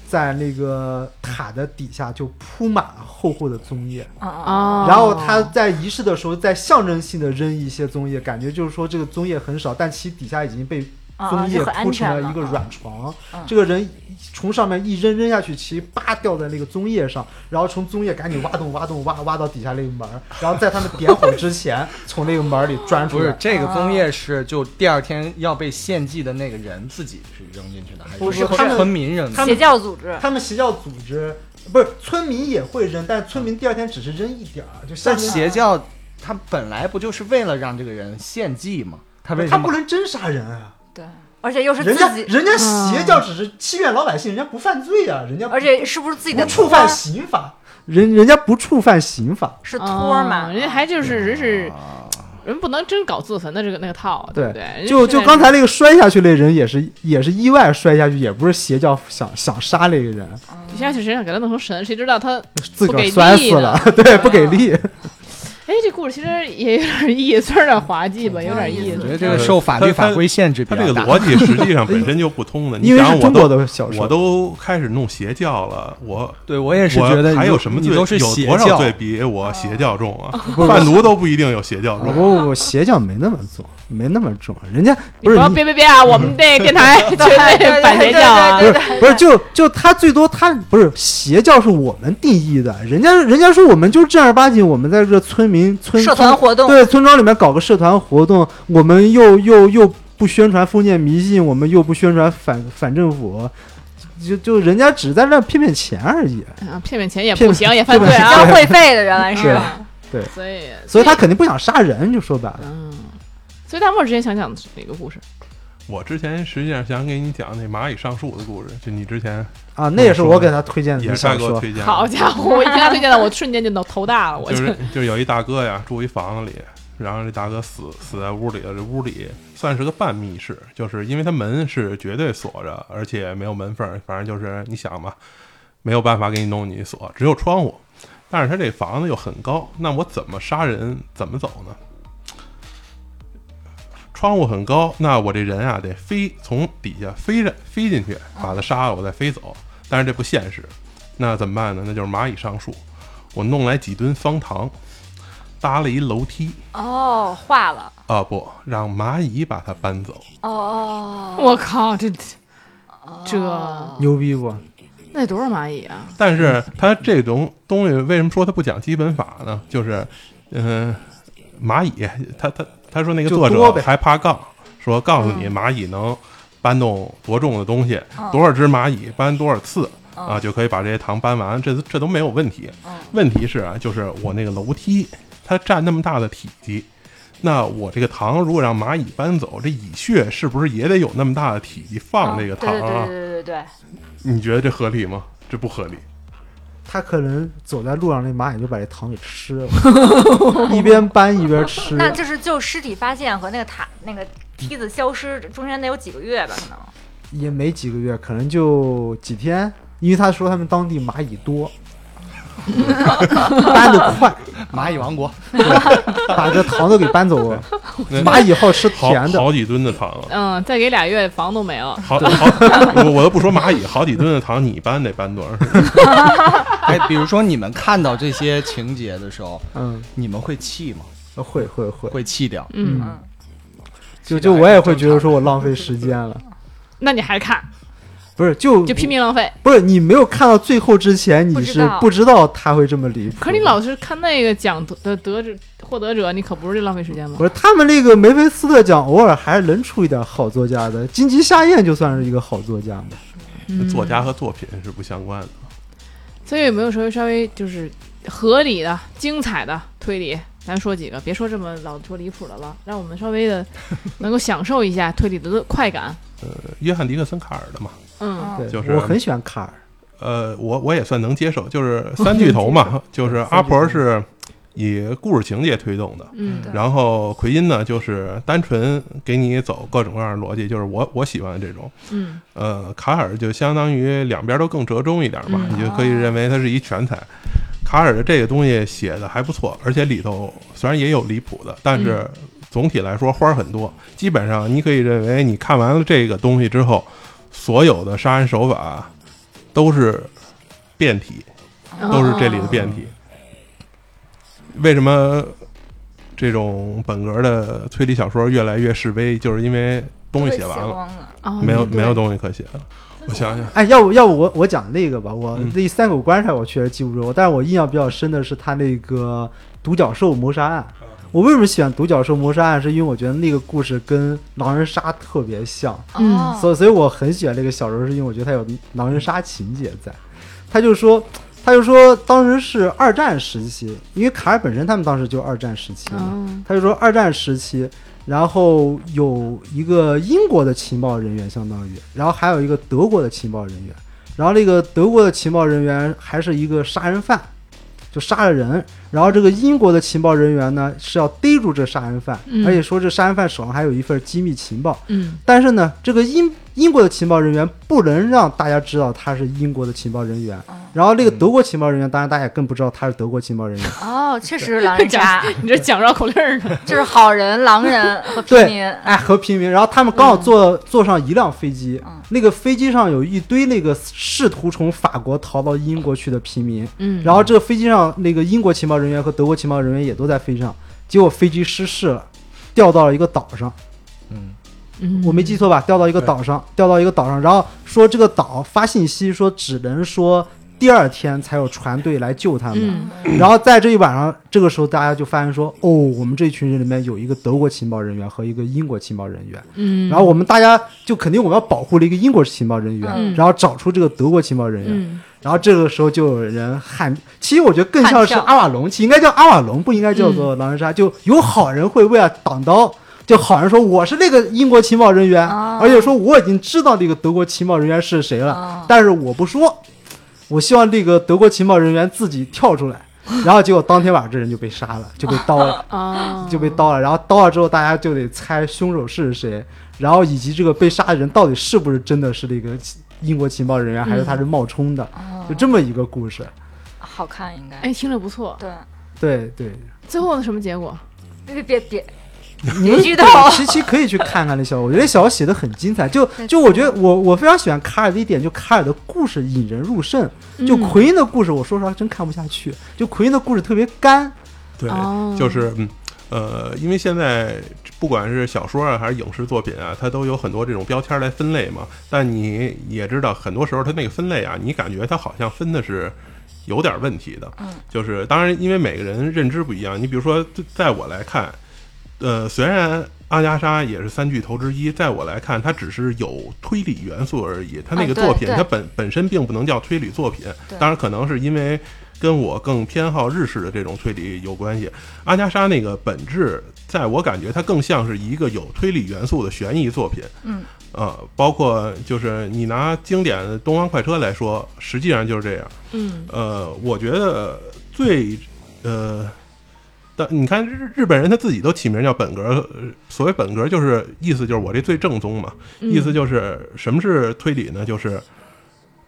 在那个塔的底下就铺满了厚厚的棕叶，嗯嗯嗯哦，然后他在仪式的时候再象征性的扔一些棕叶，感觉就是说这个棕叶很少，但其底下已经被啊棕叶就很安铺成全了了一个软床嗯。这个人从上面一扔扔下去，其实叭掉在那个棕叶上，然后从棕叶赶紧挖洞挖洞挖挖到底下那个门儿，然后在他们点火 [LAUGHS] 之前从那个门儿里钻 [LAUGHS] 出不是来。这个枫叶是就第二天要被献祭的那个人自己是扔进去的，还是不是说他们村民扔他的？们邪教组织，他们邪教组织不是村民也会扔，但村民第二天只是扔一点儿，就像但邪教他本来不就是为了让这个人献祭吗？他为他什不么？能真杀人啊。对，而且又是人家自己，嗯人家邪教只是欺骗老百姓，人家不犯罪啊，人家而且是不是自己不的触托犯儿刑法，人人家不触犯刑法。是托儿嘛哦，人家还就是人是啊人不能真搞自焚的这个那个套，对不对？人家就现在就刚才那个摔下去那人也是也是意外摔下去，也不是邪教想想杀那个人，是就像是谁想给他弄成神，谁知道他？自个儿摔死了，不给力嗯对，不给力。 [LAUGHS] 哎，这故事其实也有点意思，虽然有点滑稽吧，有点意我思觉。得这个受法律法规限制比他这较个大。[LAUGHS] 逻辑实际上本身就不通的。你因为想是我中国都的小说，我都开始弄邪教了，我对我也是我觉得还你有什么你罪？都是有邪多少教罪比我邪教重啊？哦不贩毒都不一定有邪教不重。不不，邪教没那么重，没那么重，人家你不是要你别别别啊！我们这电台绝对反邪教啊不！是不是，就就他最多他不是邪教是我们定义的，人家人家说我们就是正儿八经，我们在这村民村社团村活动，对村庄里面搞个社团活动，我们又又又不宣传封建迷信，我们又不宣传反反政府，就就人家只在那骗骗钱而已，啊骗骗钱也骗不行，也犯骗罪交啊！ [LAUGHS] 嗯会费的原来是对，所以，所以他肯定不想杀人，就说白了，嗯，所以大漠之前想讲哪个故事？我之前实际上想给你讲那蚂蚁上树的故事，就你之前啊，那也是我给他推荐也的是大小给我说，推荐的。好家伙，我一听他推荐的，我瞬间就脑头大了，我就是就是有一大哥呀，住一房子里，然后这大哥死死在屋里了。这屋里算是个半密室，就是因为他门是绝对锁着，而且没有门缝儿，反正就是你想吧，没有办法给你弄你锁，只有窗户。但是他这房子又很高，那我怎么杀人？怎么走呢？窗户很高，那我这人啊得飞从底下飞着飞进去，把他杀了，我再飞走。但是这不现实，那怎么办呢？那就是蚂蚁上树。我弄来几吨方糖，搭了一楼梯哦，化了，啊，不让蚂蚁把它搬走。哦哦，我靠，这这牛逼不？哦那得多少蚂蚁啊？但是它这种东西为什么说它不讲基本法呢？就是，嗯、蚂蚁，他他他说那个就作者多呗还爬杠，说嗯告诉你蚂蚁能搬动多重的东西，多少只蚂蚁搬多少次，嗯啊，就可以把这些糖搬完，这这都没有问题。嗯问题是啊，就是我那个楼梯它占那么大的体积，那我这个糖如果让蚂蚁搬走，这蚁穴是不是也得有那么大的体积放这个糖对对对？啊对对对你觉得这合理吗？这不合理。他可能走在路上，那蚂蚁就把这糖给吃了， [LAUGHS] 一边搬一边吃对，。那就是就尸体发现和那个塔那个梯子消失中间得有几个月吧，可能。也没几个月，可能就几天，因为他说他们当地蚂蚁 [LAUGHS] 多， [LAUGHS] 搬得快，蚂蚁王国， [LAUGHS] 把这糖都给搬走了。那蚂蚁好吃好甜的，好几吨的糖啊，嗯，再给俩月房都没了。好好，我 [LAUGHS] 我又不说蚂蚁，好几吨的糖你搬得搬多 [LAUGHS] 少？哎，比如说你们看到这些情节的时候，嗯，你们会气吗？会会会，会气掉？嗯，嗯，就就我也会觉得说我浪费时间了，那你还看，不是就就拼命浪费。不是你没有看到最后之前，不你知是道不知道他会这么离谱。可是你老是看那个奖的得者获得者，你可不是浪费时间吗不？是他们那个梅菲斯特奖，偶尔还是能出一点好作家的，《荆棘夏宴》就算是一个好作家嘛。嗯作家和作品是不相关的。所以有没有说稍微就是合理的、精彩的推理？咱说几个，别说这么老说离谱的了，让我们稍微的能够享受一下推理的乐快感。呃，约翰·迪克森·卡尔的嘛，嗯，对，就是我很喜欢卡尔，呃，我我也算能接受，就是三巨 [LAUGHS] 头嘛，就是阿婆是以故事情节推动的，嗯对然后奎因呢就是单纯给你走各种各样的逻辑，就是我我喜欢这种。嗯，呃，卡尔就相当于两边都更折中一点吧，嗯你就可以认为它是一全才。卡尔的这个东西写的还不错，而且里头虽然也有离谱的，但是总体来说花儿很多。基本上你可以认为你看完了这个东西之后，所有的杀人手法都是变体，嗯哦都是这里的变体。为什么这种本格的推理小说越来越示威？就是因为东西写完都被了，光了。哦没有对没有东西可写了。我想想，哎，要不要不我我讲那个吧，我嗯那三口棺材我确实记不住，但是我印象比较深的是他那个独角兽谋杀案。我为什么喜欢独角兽谋杀案，是因为我觉得那个故事跟狼人杀特别像，嗯哦所以所以我很喜欢这个小说，是因为我觉得它有狼人杀情节在。他就说，他就说当时是二战时期，因为卡尔本身他们当时就二战时期嘛。嗯他就说二战时期，然后有一个英国的情报人员，相当于，然后还有一个德国的情报人员，然后那个德国的情报人员还是一个杀人犯，就杀了人，然后这个英国的情报人员呢是要逮住这杀人犯，嗯而且说这杀人犯手上还有一份机密情报，嗯但是呢，这个英英国的情报人员不能让大家知道他是英国的情报人员哦，然后那个德国情报人员，当然大家更不知道他是德国情报人员。哦，确实是狼人杀，你 [LAUGHS] 这讲绕口令儿 [LAUGHS] 呢？就是好人、狼人和平对民。哎，和平民，然后他们刚好坐、嗯坐上一辆飞机，嗯那个飞机上有一堆那个试图从法国逃到英国去的平民，嗯，然后这个飞机上那个英国情报人员和德国情报人员也都在飞机上，结果飞机失事了，掉到了一个岛上，嗯，嗯我没记错吧？掉到一个岛上，掉到一个岛上，然后说这个岛发信息说只能说第二天才有船队来救他们，嗯然后在这一晚上，这个时候大家就发现说，哦，我们这群人里面有一个德国情报人员和一个英国情报人员，嗯，然后我们大家就肯定我们要保护了一个英国情报人员，嗯然后找出这个德国情报人员，嗯然后这个时候就有人喊，其实我觉得更像是喊叫阿瓦隆，其实应该叫阿瓦隆，不应该叫做嗯狼人杀，就有好人会为了挡刀。就好人说我是那个英国情报人员，啊哦而且说我已经知道这个德国情报人员是谁了，啊哦但是我不说，我希望这个德国情报人员自己跳出 [LAUGHS] 来。然后结果当天晚上这人就被杀了，就被刀了，啊就被刀了。然后刀了之后，大家就得猜凶手是谁，然后以及这个被杀的人到底是不是真的是这个英国情报人员，还是他是冒充的，哦就这么一个故事。好看应该。哎，听着不错。对，对对，最后什么结果？别别别你别剧透。其其实可以去看看那小说，我觉得小说写的很精彩。就就我觉得我我非常喜欢卡尔的一点，就卡尔的故事引人入胜。就嗯奎因的故事，我说实话真看不下去。就奎因的故事特别干，对，哦就是嗯，呃，因为现在不管是小说啊还是影视作品啊，它都有很多这种标签来分类嘛。但你也知道，很多时候它那个分类啊，你感觉它好像分的是有点问题的。嗯，就是当然，因为每个人认知不一样。你比如说，在我来看，呃，虽然阿加莎也是三巨头之一，在我来看，它只是有推理元素而已。它那啊个对作品，对它本本身并不能叫推理作品。对当然，可能是因为跟我更偏好日式的这种推理有关系。阿加莎那个本质，在我感觉它更像是一个有推理元素的悬疑作品。嗯，呃，包括就是你拿经典的《东方快车》来说，实际上就是这样。嗯，呃，我觉得最呃，但你看日日本人他自己都起名叫本格，呃所谓本格就是意思就是我这最正宗嘛，意思就是什么是推理呢？就是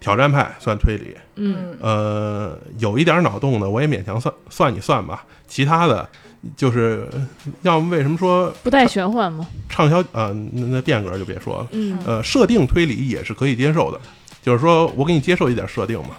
挑战派算推理， [LAUGHS] 嗯，呃，有一点脑洞的我也勉强算算你算吧，其他的就是要么为什么说不带玄幻嘛，畅销呃那那变革就别说了，嗯呃，设定推理也是可以接受的，就是说我给你接受一点设定嘛，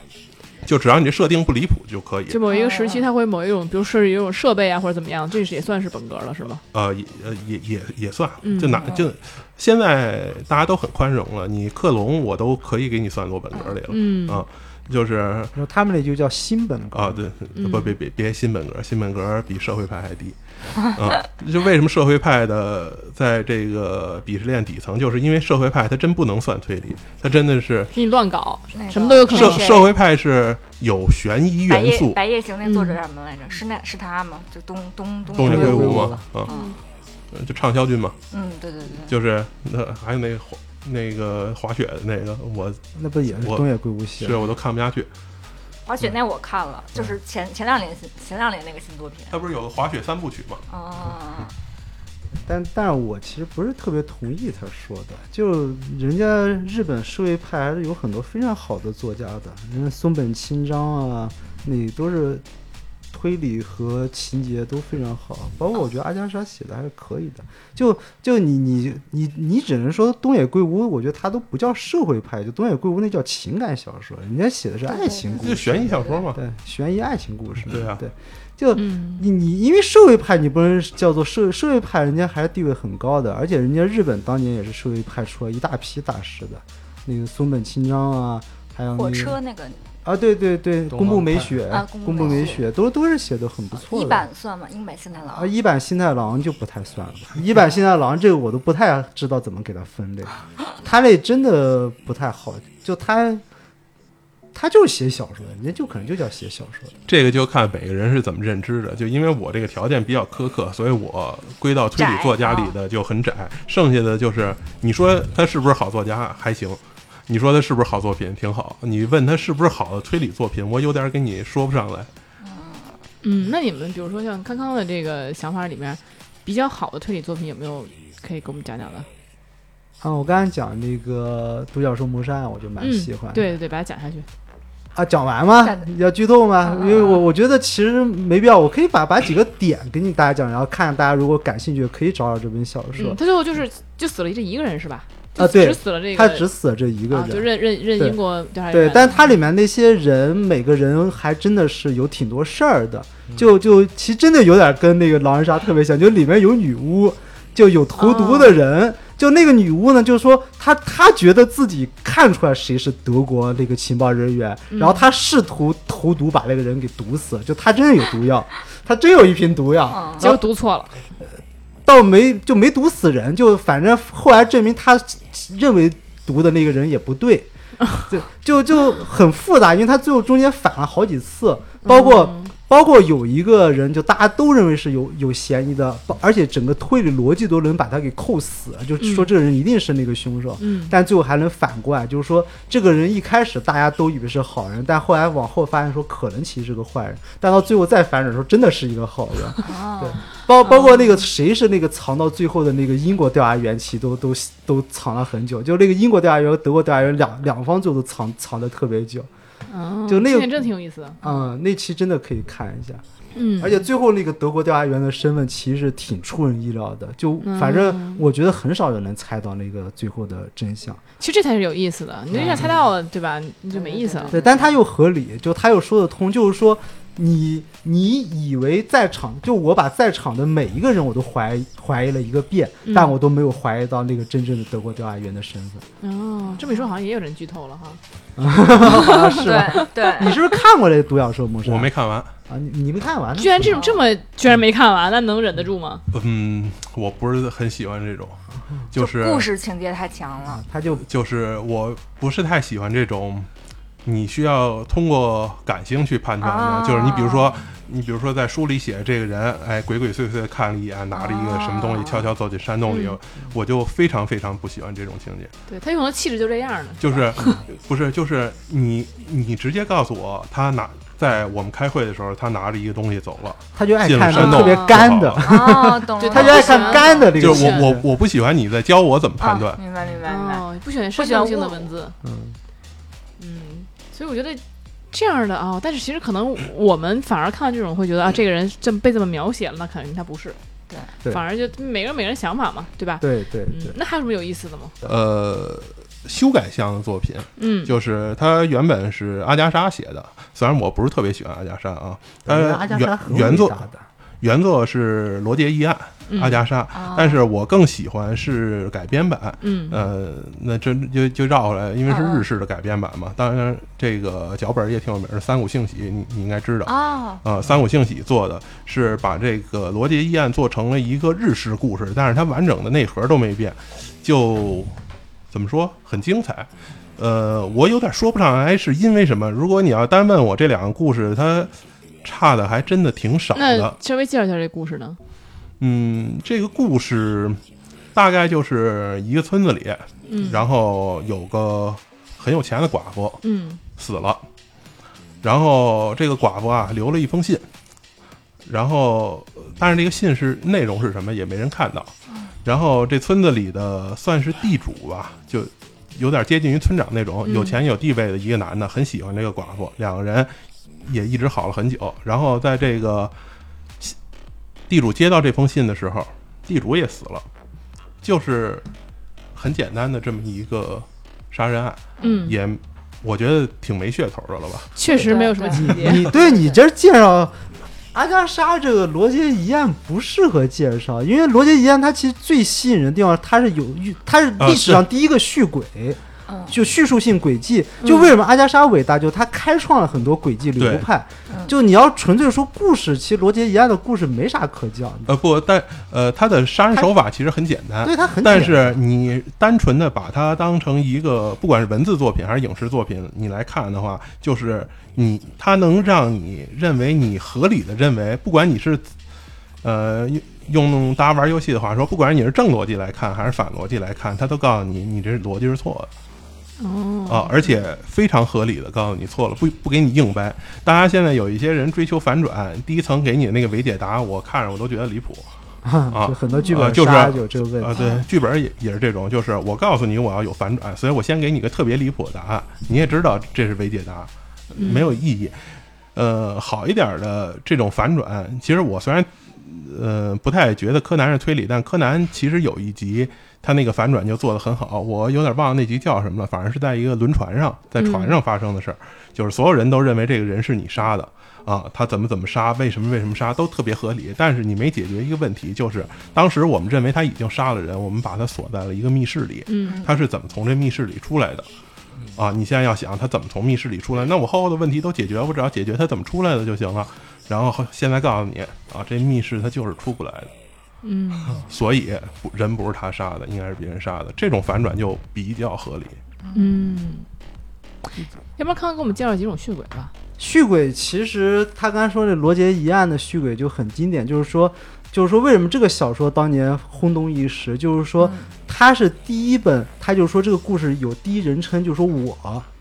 就只要你这设定不离谱就可以。就某一个时期，它会某一种，比如设置一种设备啊，或者怎么样，这是也算是本格了，是吗？呃，也呃也也也算嗯，就拿就现在大家都很宽容了，你克隆我都可以给你算落本格里了，嗯啊，就是然后他们那就叫新本格啊，，对，嗯不别别别新本格，新本格比社会派还低啊！就为什么社会派的在这个鄙视链底层，就是因为社会派它真不能算推理，它真的是给你乱搞，嗯那个什么都有可社能谁社会派是有悬疑白元夜素，白夜行那作嗯者叫什么来着？是那是他吗？就东东东东野野野圭圭吾吾嘛，啊，呃就畅销君嘛，嗯，对对对，就是那还有那滑那个滑雪的那个，我那不也是我东野圭吾写是的？我都看不下去。滑雪那我看了，就是前前两年新前两年那个新作品他不是有个滑雪三部曲嘛？哦，但但是我其实不是特别同意他说的，就人家日本社会派还是有很多非常好的作家的，人家松本清张啊，那都是推理和情节都非常好，包括我觉得阿加莎写的还是可以的。就就你你你你只能说东野圭吾，我觉得他都不叫社会派，就东野圭吾那叫情感小说，人家写的是爱情故就事，悬疑小说嘛。对悬疑爱情故事，对啊对，就嗯你你因为社会派你不能叫做社社会派，人家还是地位很高的，而且人家日本当年也是社会派出了一大批大师的，那个松本清张啊，还有、那个、火车那个啊，对对对，东宫部方美派雪，啊宫宫部部美美啊雪都都是写的很不错一的。版算吗？英版新太啊，郎一版新太郎就不太算了，一版新太郎这个我都不太知道怎么给它分类，他那真的不太好，就他他就是写小说的，人家就可能就叫写小说的。这个就看每个人是怎么认知的。就因为我这个条件比较苛刻，所以我归到推理作家里的就很窄，嗯剩下的就是你说他是不是好作家还行，你说他是不是好作品挺好，你问他是不是好的推理作品，我有点跟你说不上来。嗯，那你们比如说像康康的这个想法里面，比较好的推理作品有没有可以给我们讲讲的？啊，我刚才讲那个独角兽谋杀案，我就蛮嗯喜欢的。对对对，把它讲下去。啊，讲完吗讲的？要剧透吗？嗯因为我我觉得其实没必要，我可以把把几个点给你大家讲，然后看大家如果感兴趣，可以找找这本小说嗯，。他最后就是就死了这一个人是吧？啊就对只死了这个，他只死了这一个啊，就人。认认认对英国调查员。对，但它里面那些人，每个人还真的是有挺多事儿的，就就其实真的有点跟那个狼人杀特别像，就里面有女巫，就有投毒的人，就那个女巫呢，就是说她她觉得自己看出来谁是德国那个情报人员，然后她试图投毒把那个人给毒死，就她真的有毒药，她真有一瓶毒药，嗯结果读错了，倒没就没毒死人，就反正后来证明他认为毒的那个人也不对，就就就很复杂，因为他最后中间反了好几次，包括、包括有一个人就大家都认为是有有嫌疑的，包而且整个推理逻辑都能把他给扣死，就说嗯这个人一定是那个凶手。嗯但最后还能反过来，就是说这个人一开始大家都以为是好人，但后来往后发现说可能其实是个坏人，但到最后再反转说真的是一个好人，哦，包包括那个谁是那个藏到最后的那个英国调查员，其实都都都藏了很久，就那个英国调查员和德国调查员两两方最后都藏藏的特别久。嗯，就那个这点真挺有意思的。嗯，那期真的可以看一下，嗯，而且最后那个德国调查员的身份其实挺出人意料的，就反正嗯我觉得很少人能猜到那个最后的真相。其实这才是有意思的，你就一下猜到了，对吧？你就没意思了。对，但他又合理，就他又说得通，就是说你你以为在场，就我把在场的每一个人我都怀疑怀疑了一个遍，嗯但我都没有怀疑到那个真正的德国调查员的身份。哦，这么一说好像也有人剧透了哈。啊是吧？ [LAUGHS] 对对， [LAUGHS] 你是不是看过这《独角兽谋杀》？我没看完，啊，你你没看完呢？居然这种这么居然没看完，那能忍得住吗？嗯，我不是很喜欢这种，就是嗯故事情节太强了。他就就是我不是太喜欢这种，你需要通过感性去判断的，啊就是你比如说，你比如说在书里写这个人，哎，鬼鬼祟祟地看了一眼，拿着一个什么东西，啊悄悄走进山洞里，嗯我就非常非常不喜欢这种情节。对他有可能气质就这样呢。就是 [LAUGHS] 不是就是你你直接告诉我，他拿在我们开会的时候，他拿着一个东西走了，他就爱进了看山那种特洞别干就的好，了啊哦，懂对了。他就爱看干的这就个是戏。我我我不喜欢你在教我怎么判断啊，。哦明白明白明白。哦，不喜欢不煽喜欢动性的我文字。嗯，嗯，所以我觉得这样的啊、但是其实可能我们反而看到这种会觉得啊，这个人这么被这么描写了，那肯定他不是。对对反而就每个人每个人想法嘛，对吧？对对嗯，那还有什么有意思的吗？呃，修改项的作品，嗯，就是他原本是阿加莎写的，虽然我不是特别喜欢阿加莎啊，对，呃阿加莎原很伟原作大的，原作是《罗杰议案》嗯阿加莎，哦啊但是我更喜欢是改编版。嗯呃，那真就就绕回来，因为是哦嗯嗯日式的改编版嘛。当然，这个脚本也挺有名儿，是三谷幸喜，你你应该知道。哦，呃，三谷幸喜做的是把这个《罗杰议案》做成了一个日式故事，但是它完整的内核都没变，就怎么说很精彩。呃，我有点说不上来是因为什么。如果你要单问我这两个故事，它差的还真的挺少那的。稍微介绍一下这故事呢？嗯，这个故事大概就是一个村子里，嗯，然后有个很有钱的寡妇，嗯死了。然后这个寡妇啊留了一封信，然后但是这个信是内容是什么也没人看到。然后这村子里的算是地主吧，就有点接近于村长那种嗯有钱有地位的一个男的，很喜欢这个寡妇，两个人也一直好了很久。然后在这个信地主接到这封信的时候，地主也死了，就是很简单的这么一个杀人案。嗯，也我觉得挺没噱头的了吧？确实没有什么嗯情节。 [LAUGHS] 你对你这介绍阿加莎这个罗杰一案不适合介绍，因为罗杰一案它其实最吸引人的地方，它是有预，它啊是历史上第一个续轨。嗯就叙述性轨迹，嗯就为什么阿加莎伟大，就他开创了很多轨迹流派嗯。就你要纯粹说故事，其实罗杰一案的故事没啥可讲的，呃，不，但呃，他的杀人手法其实很简单，对他很嗯但简是你单纯的把它当成一个，不管是文字作品还是影视作品，你来看的话，就是你它能让你认为你合理的认为，不管你是呃用用大家玩游戏的话说，不管你是正逻辑来看还是反逻辑来看，他都告诉你你这逻辑是错的。啊哦，，而且非常合理的告诉你错了，不不给你硬掰。大家现在有一些人追求反转，第一层给你的那个伪解答，我看着我都觉得离谱单，啊就很多剧啊本就是杀有这个问啊。题。对，剧本也也是这种，就是我告诉你我要有反转，所以我先给你个特别离谱的答案，你也知道这是伪解答，嗯没有意义。呃，好一点的这种反转，其实我虽然呃不太觉得柯南是推理，但柯南其实有一集他那个反转就做得很好，我有点忘了那集叫什么了，反正是在一个轮船上，在船上发生的事儿，就是所有人都认为这个人是你杀的。啊，他怎么怎么杀，为什么为什么杀，都特别合理。但是你没解决一个问题，就是当时我们认为他已经杀了人，我们把他锁在了一个密室里，嗯他是怎么从这密室里出来的？啊，你现在要想他怎么从密室里出来，那我后头的问题都解决，我只要解决他怎么出来的就行了。然后现在告诉你啊，这密室他就是出不来的，嗯，所以不人不是他杀的，应该是别人杀的。这种反转就比较合理。嗯，要不然康康给我们介绍几种血鬼吧？续轨其实他刚才说这罗杰一案的续轨就很经典，就是说，就是说为什么这个小说当年轰动一时，就是嗯说它是第一本，他就说这个故事有第一人称，就是说我，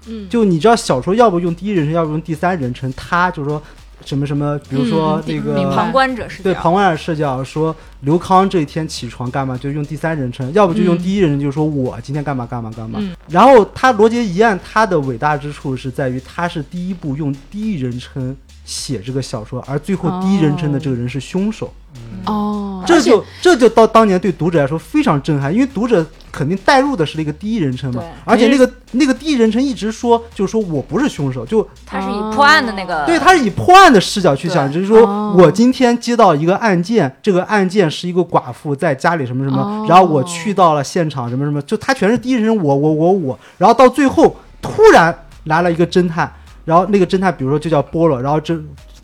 嗯，就你知道小说要不用第一人称，要不用第三人称，他就是说什么什么，比如说嗯那个、明白旁观者视角。对旁观者视角说刘康这一天起床干嘛，就用第三人称；要不就用嗯第一人称，就说我今天干嘛干嘛干嘛。嗯然后他罗杰一案，他的伟大之处是在于他是第一部用第一人称写这个小说，而最后第一人称的这个人是凶手。嗯哦，这就这就到当年对读者来说非常震撼，因为读者肯定带入的是那个第一人称嘛对，而且那个那个第一人称一直说就是说我不是凶手，就他是以破案的那个，哦对，他是以破案的视角去讲，对就是说哦我今天接到一个案件，这个案件是一个寡妇在家里什么什么哦，然后我去到了现场什么什么，就他全是第一人称我我我我，然后到最后突然来了一个侦探，然后那个侦探比如说就叫波罗，然后这。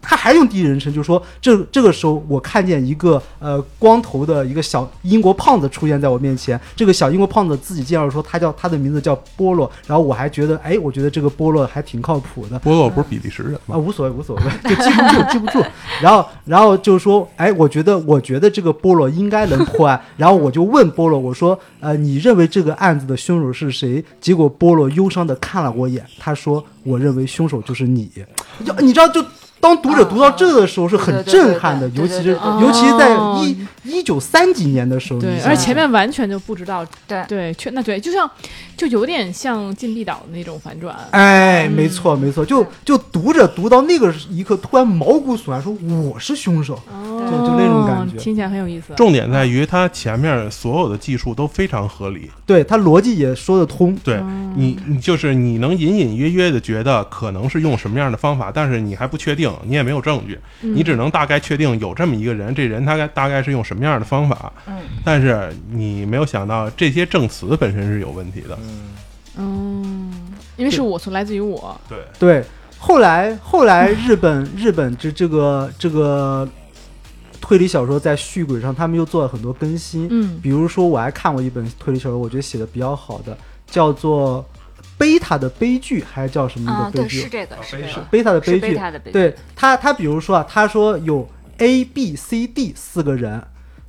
他还用第一人称，就说这这个时候我看见一个呃光头的一个小英国胖子出现在我面前，这个小英国胖子自己介绍说他叫他的名字叫波洛，然后我还觉得哎，我觉得这个波洛还挺靠谱的，波洛不是比利时人啊，吗？无所谓，无所谓， [LAUGHS] 就记不住，记不住。然后，然后就说，哎，我觉得，我觉得这个波罗应该能破案。然后我就问波罗，我说，呃，你认为这个案子的凶手是谁？结果波罗忧伤的看了我一眼，他说，我认为凶手就是你。就你知道，就当读者读到这的时候是很震撼的，尤对对其对是对对尤其是在哦一一九三几年的时候，你啊对，想而且前面完全就不知道，对对，确那对，就像就有点像禁闭岛的那种反转，哎，没错没错，就就读者读到那个一刻，突然毛骨悚然，说我是凶手。哦就就那种感觉听起来很有意思。重点在于它前面所有的技术都非常合理，对他逻辑也说得通，对你，你就是你能隐隐约约的觉得可能是用什么样的方法，但是你还不确定，你也没有证据，嗯你只能大概确定有这么一个人，这人他该大概是用什么样的方法，嗯但是你没有想到这些证词本身是有问题的，嗯，因为是我，从来自于我，对，对，后来后来日本日本这这个这个推理小说在续轨上，他们又做了很多更新。嗯比如说，我还看过一本推理小说，我觉得写的比较好的，叫做《贝塔的悲剧》，还是叫什么啊，的悲对，剧？是这个，是这个，贝塔的是悲贝剧。塔的悲剧，对他，他比如说啊，他说有 A、B、C、D 四个人，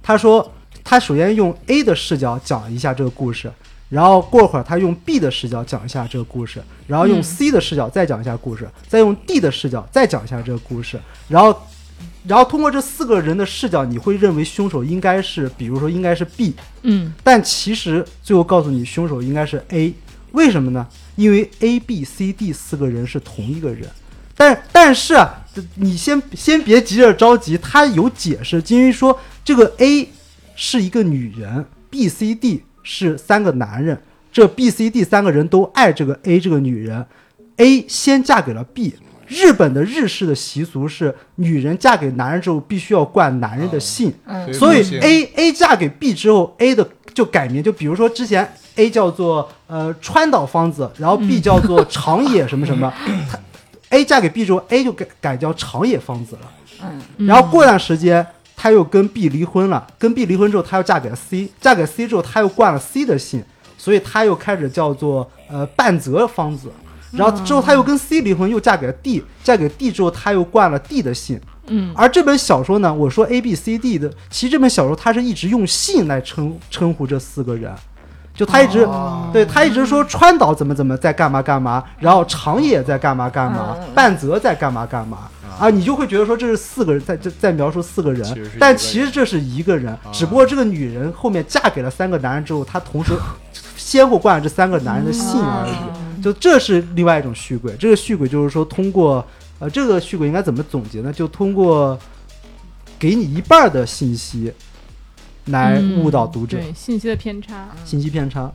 他说他首先用 A 的视角讲一下这个故事，然后过会儿他用 B 的视角讲一下这个故事，然后用嗯 C 的视角再讲一下故事，再用 D 的视角再讲一下这个故事，然后。然后通过这四个人的视角，你会认为凶手应该是，比如说应该是 B，嗯，但其实最后告诉你，凶手应该是 A，为什么呢？因为 A、B、C、D 四个人是同一个人。但但是啊，你先先别急着着急，他有解释，因为说这个 A 是一个女人，B、C、D 是三个男人，这 B、C、D 三个人都爱这个 A 这个女人，A 先嫁给了 B。日本的日式的习俗是，女人嫁给男人之后必须要冠男人的姓，嗯所以不行 A A 嫁给 B 之后，A 的就改名，就比如说之前 A 叫做呃川岛芳子，然后 B 叫做长野什么什么，她 A 嫁给 B 之后，A 就改改叫长野芳子了。嗯，然后过段时间她又跟 B 离婚了，跟 B 离婚之后，她又嫁给了 C，嫁给 C 之后，她又冠了 C 的姓，所以她又开始叫做呃半泽芳子。然后之后她又跟 C 离婚，又嫁给了 D，嫁给 D 之后，她又冠了 D 的姓。嗯而这本小说呢，我说 A B C D 的，其实这本小说它是一直用姓来称称呼这四个人，就他一直、对他一直说川岛怎么怎么在干嘛干嘛，然后长野在干嘛干嘛，半泽在干嘛干嘛。啊，你就会觉得说这是四个人在这在描述四个人，嗯其实是一个嗯但其实这是一个人，只不过这个女人后面嫁给了三个男人之后，她同时 [LAUGHS] 先后冠了这三个男人的姓而哦已。就这是另外一种续轨，这个续轨就是说通过呃，这个续轨应该怎么总结呢？就通过给你一半儿的信息来误导读者，嗯对信息的偏差，信息偏差。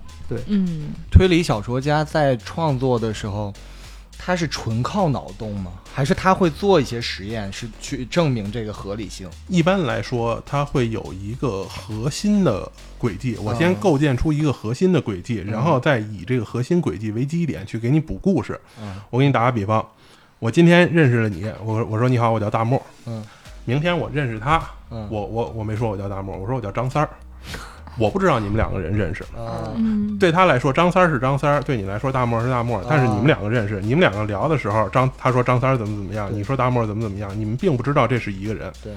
嗯，推理小说家在创作的时候，他是纯靠脑洞吗？还是他会做一些实验，是去证明这个合理性？一般来说，它会有一个核心的轨迹，我先嗯构建出一个核心的轨迹，然后再以这个核心轨迹为基点去给你补故事。嗯我给你打个比方，我今天认识了你，我我说你好，我叫大漠。嗯，明天我认识他，嗯我我我没说我叫大漠，我说我叫张三儿。我不知道你们两个人认识，啊，嗯，对他来说张三儿是张三儿，对你来说大漠是大漠，但是你们两个认识，你们两个聊的时候，张他说张三儿怎么怎么样，对你说大漠怎么怎么样，你们并不知道这是一个人。对。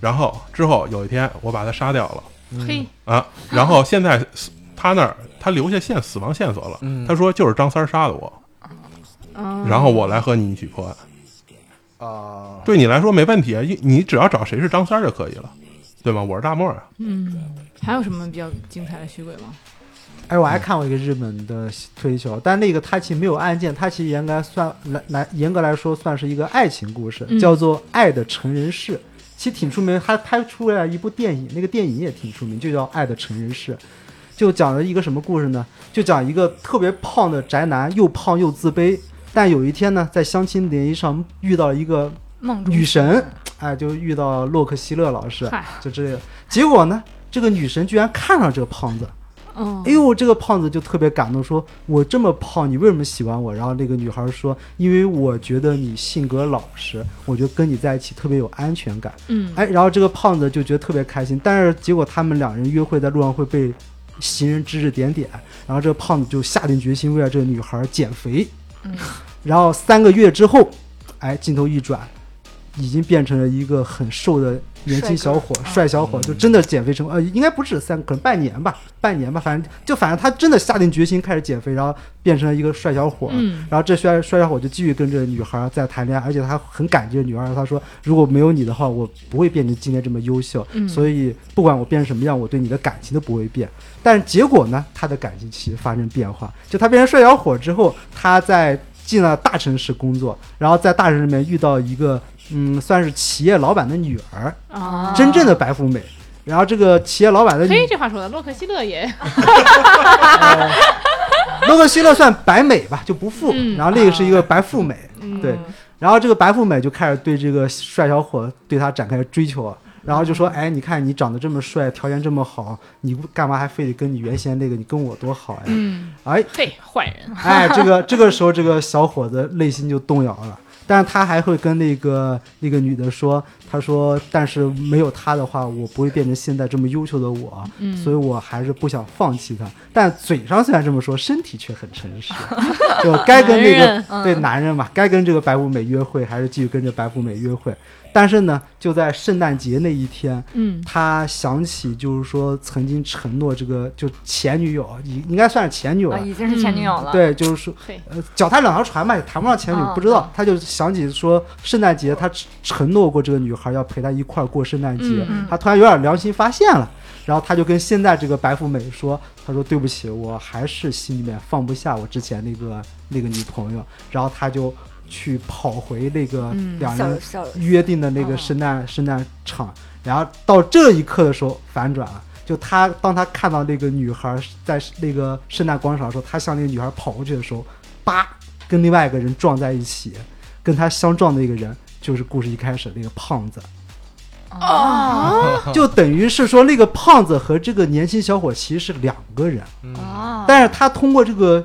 然后之后有一天我把他杀掉了嘿，啊，然后现在死他那儿他留下线死亡线索了，嗯他说就是张三儿杀的我，啊然后我来和你一起破案。啊， [LAUGHS] 对你来说没问题，因你只要找谁是张三儿就可以了，对吗？我是大漠啊，嗯，还有什么比较精彩的虚伪吗？哎，我还看过一个日本的推理小说，但那个它其实没有案件，它其实严格来算来来严格来说算是一个爱情故事，嗯叫做《爱的成人式》，其实挺出名，还拍出来一部电影，那个电影也挺出名，就叫《爱的成人式》，就讲了一个什么故事呢？就讲一个特别胖的宅男，又胖又自卑，但有一天呢，在相亲联谊上遇到一个梦中女神，哎，就遇到洛克希勒老师嗯嗨，就这个。结果呢，这个女神居然看上这个胖子，嗯，哎呦，这个胖子就特别感动，说我这么胖，你为什么喜欢我？然后那个女孩说，因为我觉得你性格老实，我觉得跟你在一起特别有安全感。嗯，哎，然后这个胖子就觉得特别开心，但是结果他们两人约会在路上会被行人指指点点，然后这个胖子就下定决心为了这个女孩减肥。嗯然后三个月之后，哎，镜头一转，已经变成了一个很瘦的年轻小伙，帅哥嗯帅小伙，就真的减肥成功，呃，应该不止三，可能半年吧，半年吧，反正就反正他真的下定决心开始减肥，然后变成了一个帅小伙。嗯然后这帅帅小伙就继续跟这个女孩在谈恋爱，而且他很感激这女孩，他说如果没有你的话，我不会变成今天这么优秀，嗯所以不管我变成什么样，我对你的感情都不会变。但是结果呢，他的感情其实发生变化，就他变成帅小伙之后，他在进了大城市工作，然后在大城市里面遇到一个嗯，算是企业老板的女儿，啊，哎真正的白富美。然后这个企业老板的女嘿，这话说的，洛克希勒也，洛克希勒算白美吧，就不富。嗯然后那个是一个白富美，嗯对，然后这个白富美就开始对这个帅小伙对他展开追求，然后就说：“哎，你看你长得这么帅，条件这么好，你干嘛还非得跟你原先那个你跟我多好呀？”嗯，哎嘿，坏人，哎，这个这个时候这个小伙子内心就动摇了，但是他还会跟那个那个女的说：“他说，但是没有他的话，我不会变成现在这么优秀的我，嗯所以我还是不想放弃他。”但嘴上虽然这么说，身体却很诚实，就该跟那个嗯对男人嘛，该跟这个白富美约会，还是继续跟这白富美约会。但是呢，就在圣诞节那一天，嗯他想起就是说曾经承诺这个就前女友，应应该算是前女友啊，了。已经是前女友了。，嗯对，就是说嘿，呃，脚踏两条船吧，也谈不上前女友，嗯不知道嗯。他就想起说，圣诞节他承承诺过这个女孩要陪他一块儿过圣诞节，嗯嗯他突然有点良心发现了，然后他就跟现在这个白富美说，他说对不起，我还是心里面放不下我之前那个那个女朋友，然后他就去跑回那个嗯两人小小约定的那个哦圣诞、圣诞场，然后到这一刻的时候反转了。就他，当他看到那个女孩在那个圣诞广场的时候，他向那个女孩跑过去的时候，叭，跟另外一个人撞在一起，跟他相撞的那个人就是故事一开始那个胖子，哦啊，嗯就等于是说那个胖子和这个年轻小伙其实是两个人，哦啊，但是他通过这个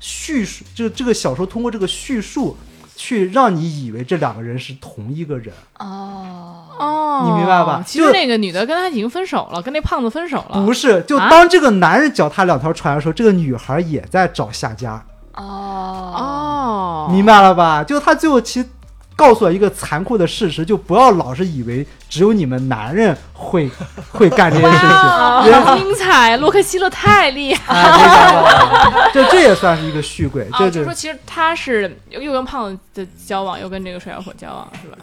叙述，就这个小说通过这个叙述，去让你以为这两个人是同一个人。哦，哦，你明白吧其实就那个女的跟他已经分手了，跟那胖子分手了，不是，就啊当这个男人脚踏两条船的时候，这个女孩也在找下家，哦，哦，明白了吧？就他最后其实告诉了一个残酷的事实，就不要老是以为只有你们男人会 [LAUGHS] 会干这件事情。哇哦， [LAUGHS] 好精彩！洛克希勒太 [LAUGHS] 厉害哎，明白了，就这也算是一个续鬼，了！这哦就是就说，其实他是又又跟胖子的交往，又跟这个帅小伙 [LAUGHS] 交往，是吧？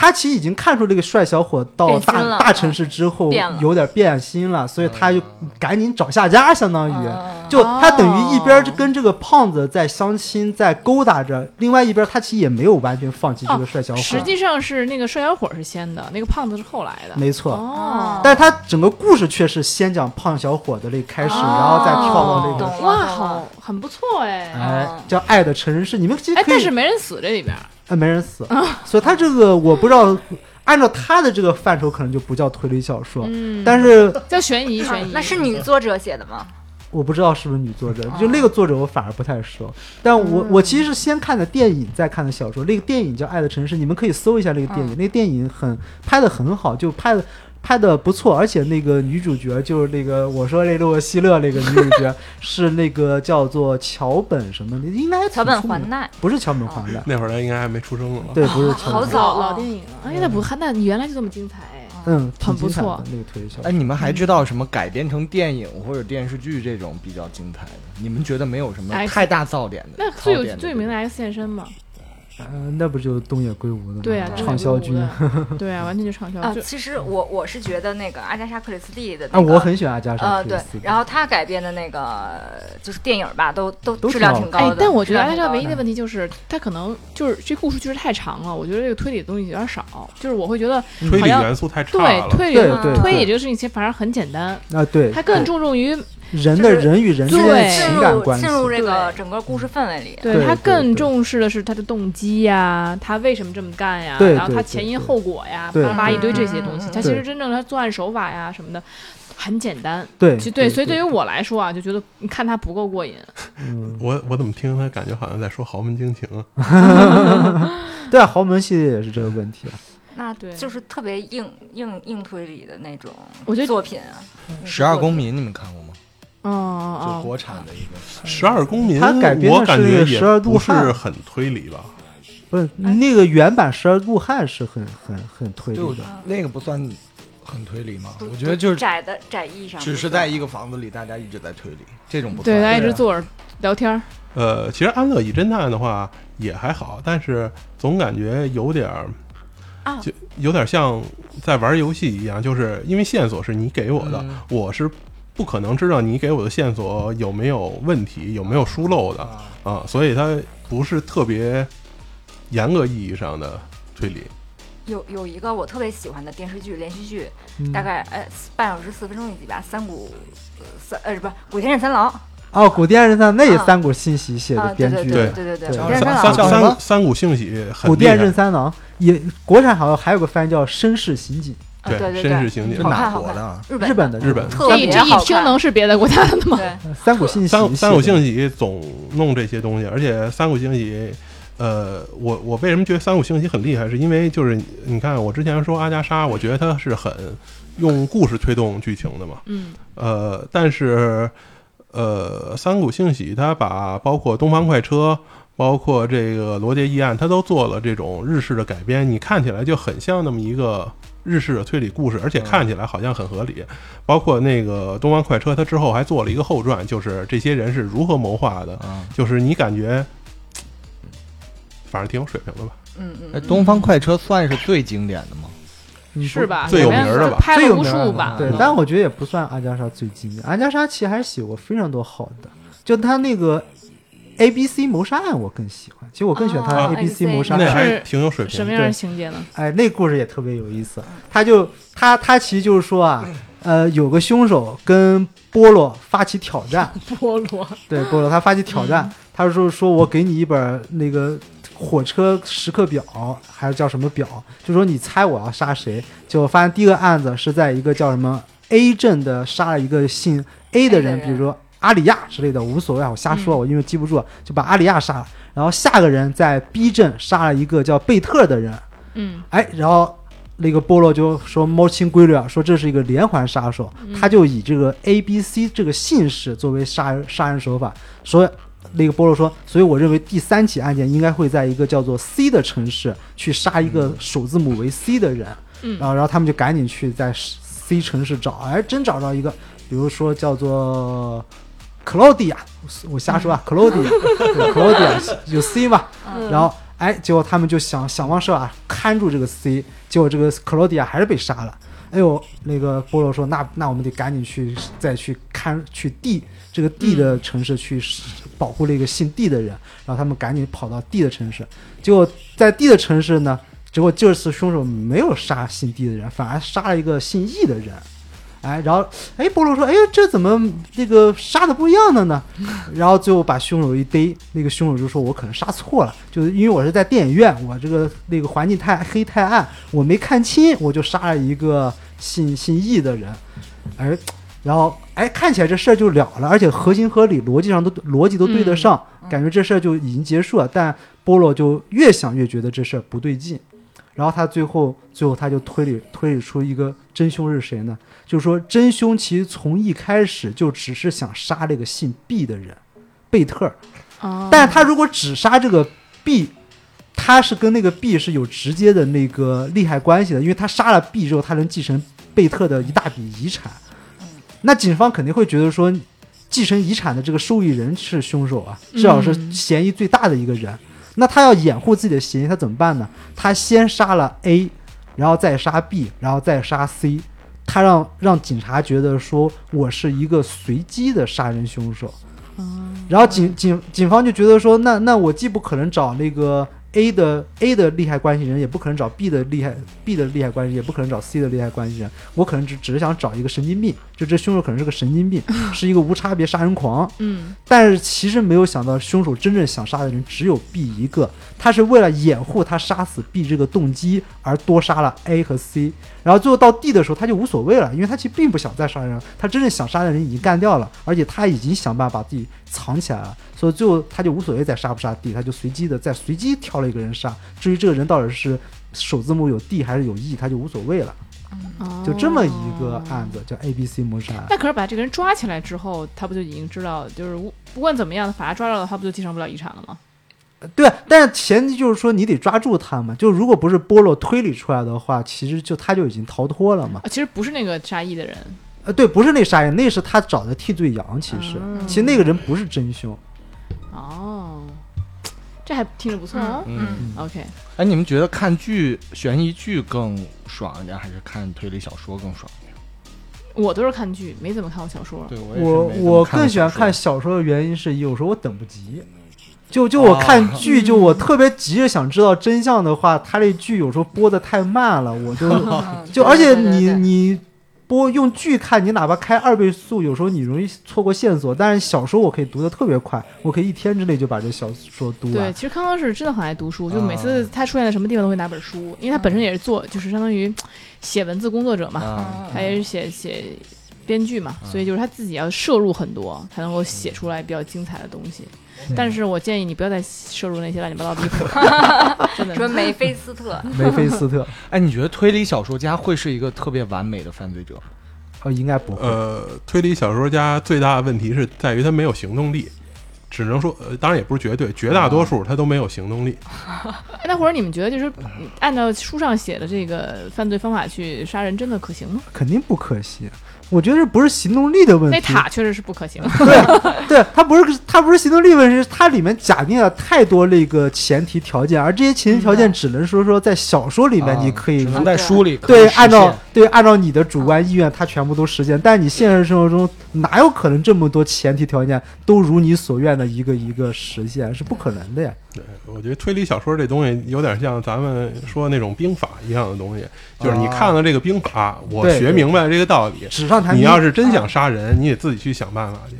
他其实已经看出这个帅小伙到变心大了大城市之后变了有点变心了，所以他就赶紧找下家，相当于。嗯就他等于一边儿跟这个胖子在相亲，在勾搭着，另外一边儿他其实也没有完全放弃这个帅小伙，实际上是那个帅小伙是先的，那个胖子是后来的。没错。哦，但是他整个故事却是先讲胖小伙的那开哦始，然后再跳到那懂了个哇，懂了好，很不错哎。哎叫《爱的成人式》，你们其实哎，可但以是没嗯人死这里边儿，呃，没人死，所以他这个我不知道，按照他的这个范畴可能就不叫推理小说，嗯，但是嗯叫悬疑悬疑，那是女作者写的吗？我不知道是不是女作者，就那个作者我反而不太熟。但我我其实是先看的电影，再看的小说。那个电影叫《爱的城市》，你们可以搜一下那个电影。那个电影很拍的很好，就拍的拍的不错，而且那个女主角就是那个我说那洛希勒那个女主角是那个叫做桥本什么的，应该挺桥本出名环奈，不是桥本环奈，那会儿他应该还没出生呢吧？对，不是桥好本。早老啊老电影了。哎，那不那你原来就这么精彩哎。嗯，挺很不精彩的错那个推理小哎，说。你们还知道什么改编成电影或者电视剧这种比较精彩的？你们觉得没有什么哎太大噪点的？那槽最有点最有这名的种 X 现身嘛？呃，那不就是东野圭吾的吗？对啊，畅销军。啊，的，对啊，完全就畅销啊，就其实我我是觉得那个阿加莎·克里斯蒂的那个啊我很喜欢阿加莎呃·克对里斯，蒂。然后她改编的那个就是电影吧，都都都质量挺挺好高哎的。，但我觉得质艾量莎挺唯高一的的问题就是，她可能就是这故事确实太长了，我觉得这个推理的东西有点少，就是我会觉得推好理像元素太差对了。推对理对推理对这个事情其实反而很简单，啊，对，它更注重于人的就是人与人之间对的进情感入关系进。入这个整个故事氛围里，对对它对更对重视的是他的动机呀，他为什么这么干呀，对然后对他对前因对后果呀，对巴拉巴拉一堆嗯这些东西，嗯他其实对真正他作案手法呀什么的，很简单。对其实对，所以对于我来说啊，就觉得你看它不够过瘾。嗯，我我怎么听他感觉好像在说豪门惊情啊？对啊，豪门系列也是这个问题啊。那对就是特别硬硬硬推理的那种我觉得作品啊，十二公民你们看过吗？嗯哦就哦，国产的一个，十二公民，他改编的我感觉是也12度不是汉很推理吧？不是哎那个原版《十二怒汉》是很很很推对，我理觉的，啊得那个不算很推理吗？不我觉得就是窄的窄义上不算，只是在一个房子里，大家一直在推理，这种不对，算大家一对直啊坐着聊天儿。呃，其实《安乐椅侦探》的话也还好，但是总感觉有点儿啊就有点像在玩游戏一样，就是因为线索是你给我的，嗯我是不可能知道你给我的线索有没有问题、有没有疏漏的啊啊，所以它不是特别严格意义上的推理。有有一个我特别喜欢的电视剧连续剧，嗯大概哎半小时四分钟一集吧，三谷呃三呃不是古田任三郎哦，《古典人呢，那也啊三谷信息写啊的，对编对剧，对对对，对古任田三三郎三叫什么三三股兴喜很古厉害典任三郎也国产好像还有个翻译叫《绅士刑警啊对对绅士对，刑是警好看哪好国看的啊？日》，本日本的日本特这一别这一好听看能是别的国家的吗？对呃三谷信息三三谷写的幸喜总弄这些东西，而且三谷幸喜，呃，我我为什么觉得三谷幸喜很厉害，是因为就是你看我之前说阿加莎，我觉得他是很用故事推动剧情的嘛，嗯，呃，但是呃，三谷幸喜他把包括《东方快车》。包括这个《罗杰议案》，他都做了这种日式的改编，你看起来就很像那么一个日式的推理故事，而且看起来好像很合理。包括那个《东方快车》，它之后还做了一个后传，就是这些人是如何谋划的，啊，嗯就是你感觉，反正挺有水平的吧。嗯嗯哎，嗯，东方快车算是最经典的吗？嗯是吧？最有里面名儿的吧拍最了有无名儿数的吧。对嗯，但我觉得也不算阿加莎最经典，阿加莎其实还是写过非常多好的，就他那个 A B C 谋杀案我更喜欢，其实我更喜欢他哦 A B C ABC 谋杀那案。还挺有水平什么的。样的情节呢？哎，那故事也特别有意思。他就他他其实就是说啊，呃，有个凶手跟波洛发起挑战， [LAUGHS] 菠萝，对波洛他发起挑战，他就说说我给你一本那个火车时刻表，还是叫什么表，就说你猜我要杀谁。结果发现第一个案子是在一个叫什么 A 镇的杀了一个姓 A 的人， A 的人比如说阿里亚之类的，无所谓啊，我瞎说，我因为记不住，就把阿里亚杀了。然后下个人在 B 镇杀了一个叫贝特的人。嗯，哎，然后那个波洛就说摸清规律啊，说这是一个连环杀手，嗯他就以这个 A B C 这个姓氏作为杀人杀人手法，说。那个波洛说，所以我认为第三起案件应该会在一个叫做 C 的城市去杀一个首字母为 C 的人，嗯然后然后他们就赶紧去在 C 城市找，哎，真找着一个，比如说叫做 Claudia，我瞎说啊，Claudia，Claudia 有 C 嘛，嗯然后哎，结果他们就想想方设法看住这个 C，结果这个克罗地亚还是被杀了。哎呦，那个波罗说，那那我们得赶紧去再去看去 D 这个 D 的城市去保护那个姓 D 的人，然后他们赶紧跑到 D 的城市，结果在 D 的城市呢，结果这次凶手没有杀姓 D 的人，反而杀了一个姓 E 的人。哎，然后哎，波罗说：“哎，这怎么那个杀的不一样的呢？” [LAUGHS] 然后最后把凶手一逮，那个凶手就说：“我可能杀错了，就是因为我是在电影院，我这个那个环境太黑太暗，我没看清，我就杀了一个姓姓易的人。”哎，然后哎，看起来这事儿就了了，而且合情合理，逻辑上都逻辑都对得上，感觉这事儿就已经结束了。但波罗就越想越觉得这事儿不对劲，然后他最后最后他就推理推理出一个真凶是谁呢？就是说真凶其实从一开始就只是想杀这个姓毕的人，贝特尔。哦但是他如果只杀这个 B，他是跟那个 B 是有直接的那个利害关系的，因为他杀了 B 之后，他能继承贝特的一大笔遗产。嗯那警方肯定会觉得说，继承遗产的这个受益人是凶手啊，至少是嗯嫌疑最大的一个人。那他要掩护自己的嫌疑，他怎么办呢？他先杀了 A，然后再杀 B，然后再杀 C。他让让警察觉得说我是一个随机的杀人嗯凶手，然后警警警方就觉得说，那那我既不可能找那个 A 的 A 的利害关系人，也不可能找 B 的利害 B 的利害关系，也不可能找 C 的利害关系人。我可能只只是想找一个神经病，就这凶手可能是个神经病，是一个无差别杀人狂。嗯，但是其实没有想到，凶手真正想杀的人只有 B 一个，他是为了掩护他杀死 B 这个动机而多杀了 A 和 C，然后最后到 D 的时候他就无所谓了，因为他其实并不想再杀人了，他真正想杀的人已经干掉了，而且他已经想办法把自己藏起来了，所以最后他就无所谓再杀不杀 D，他就随机的再随机挑了一个人杀，至于这个人到底是首字母有 D 还是有 E，他就无所谓了，哦就这么一个案子。子叫 A B C 谋杀案。那可是把这个人抓起来之后，他不就已经知道，就是无不管怎么样，把他抓到了，他不就继承不了遗产了吗？对，啊但是前提就是说你得抓住他嘛。就如果不是波洛推理出来的话，其实就他就已经逃脱了嘛啊，。其实不是那个杀意的人，呃，对，不是那杀人，那是他找的替罪羊。其实，啊其实那个人不是真凶。哦，这还听着不错哦。嗯， OK，哎，你们觉得看剧悬疑剧更爽一点，还是看推理小说更爽一点？我都是看剧，没怎么看过小说。对我我我更喜欢看小说的原因是，有时候我等不及。就就我 [LAUGHS] 看剧，就我特别急着想知道真相的话，他这剧有时候播的太慢了，我就就而且你你播用剧看，你哪怕开二倍速，有时候你容易错过线索。但是小说我可以读的特别快，我可以一天之内就把这小说读对，完。其实康康是真的很爱读书，就啊每次他出现在什么地方都会拿本书，因为他本身也是做，就是相当于写文字工作者嘛，啊，嗯他也是写写编剧嘛，嗯所以就是他自己要摄入很多，才能够写出来比较精彩的东西。但是我建议你不要再摄入那些乱七八糟的衣 [LAUGHS] 服，什真么的。嗯梅菲斯特，梅菲斯特，哎，你觉得推理小说家会是一个特别完美的犯罪者吗？哦，应该不会。呃，推理小说家最大的问题是在于他没有行动力，只能说，呃，当然也不是绝对，绝大多数他都没有行动力。哎那或者你们觉得，就是嗯按照书上写的这个犯罪方法去杀人，真的可行吗？肯定不可惜。我觉得这不是行动力的问那题，塔确实是不可嗯行。对，它不是它不是行动力问题，是它里面假定了太多那个前提条件，而这些前提条件只能说说在小说里面啊你可只以能嗯啊在对书里可以对实按照现对按照你的主观意愿，它全部都实现，但你现实生活中哪有可能这么多前提条件都如你所愿的一个一个实现，是不可能的呀。对，我觉得推理小说这东西有点像咱们说那种兵法一样的东西，就是你看了这个兵法，我对学明白这个道理。纸上谈你兵要是真想杀人，你得自己去想办法去。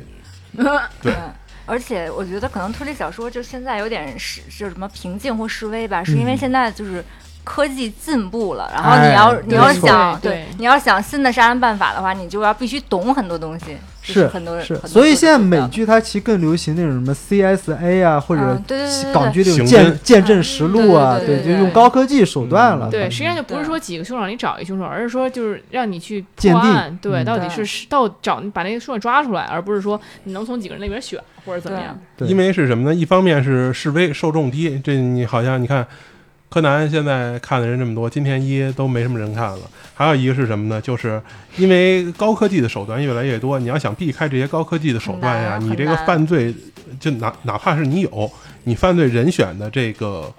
对嗯，而且我觉得可能推理小说就现在有点是就是什么平静或示威吧，是因为嗯现在就是科技进步了，然后哎你要、对你要没错想对对对你要想新的杀人办法的话，你就要必须懂很多东西，就是很多人是很，多所作以者现在知美道剧它其实更流行那种什么 CSA 啊，或者嗯对对对对港剧那种刑见侦见证实录啊，嗯对对对就对用高科技手段嗯了。对，啊反实际正上就不是对说几个凶手让你找一凶手，而是说就是让你去鉴破定案，对，嗯到底对是到找把那个凶手抓出来，而不是说你能从几个人那边选或者怎么对样。对因为是什么呢？一方面是示威受众低，这你好像你看，柯南现在看的人这么多，金田一都没什么人看了。还有一个是什么呢？就是因为高科技的手段越来越多，你要想避开这些高科技的手段呀，很难你这个很难犯罪就哪哪怕是你有，你犯罪人选的这个。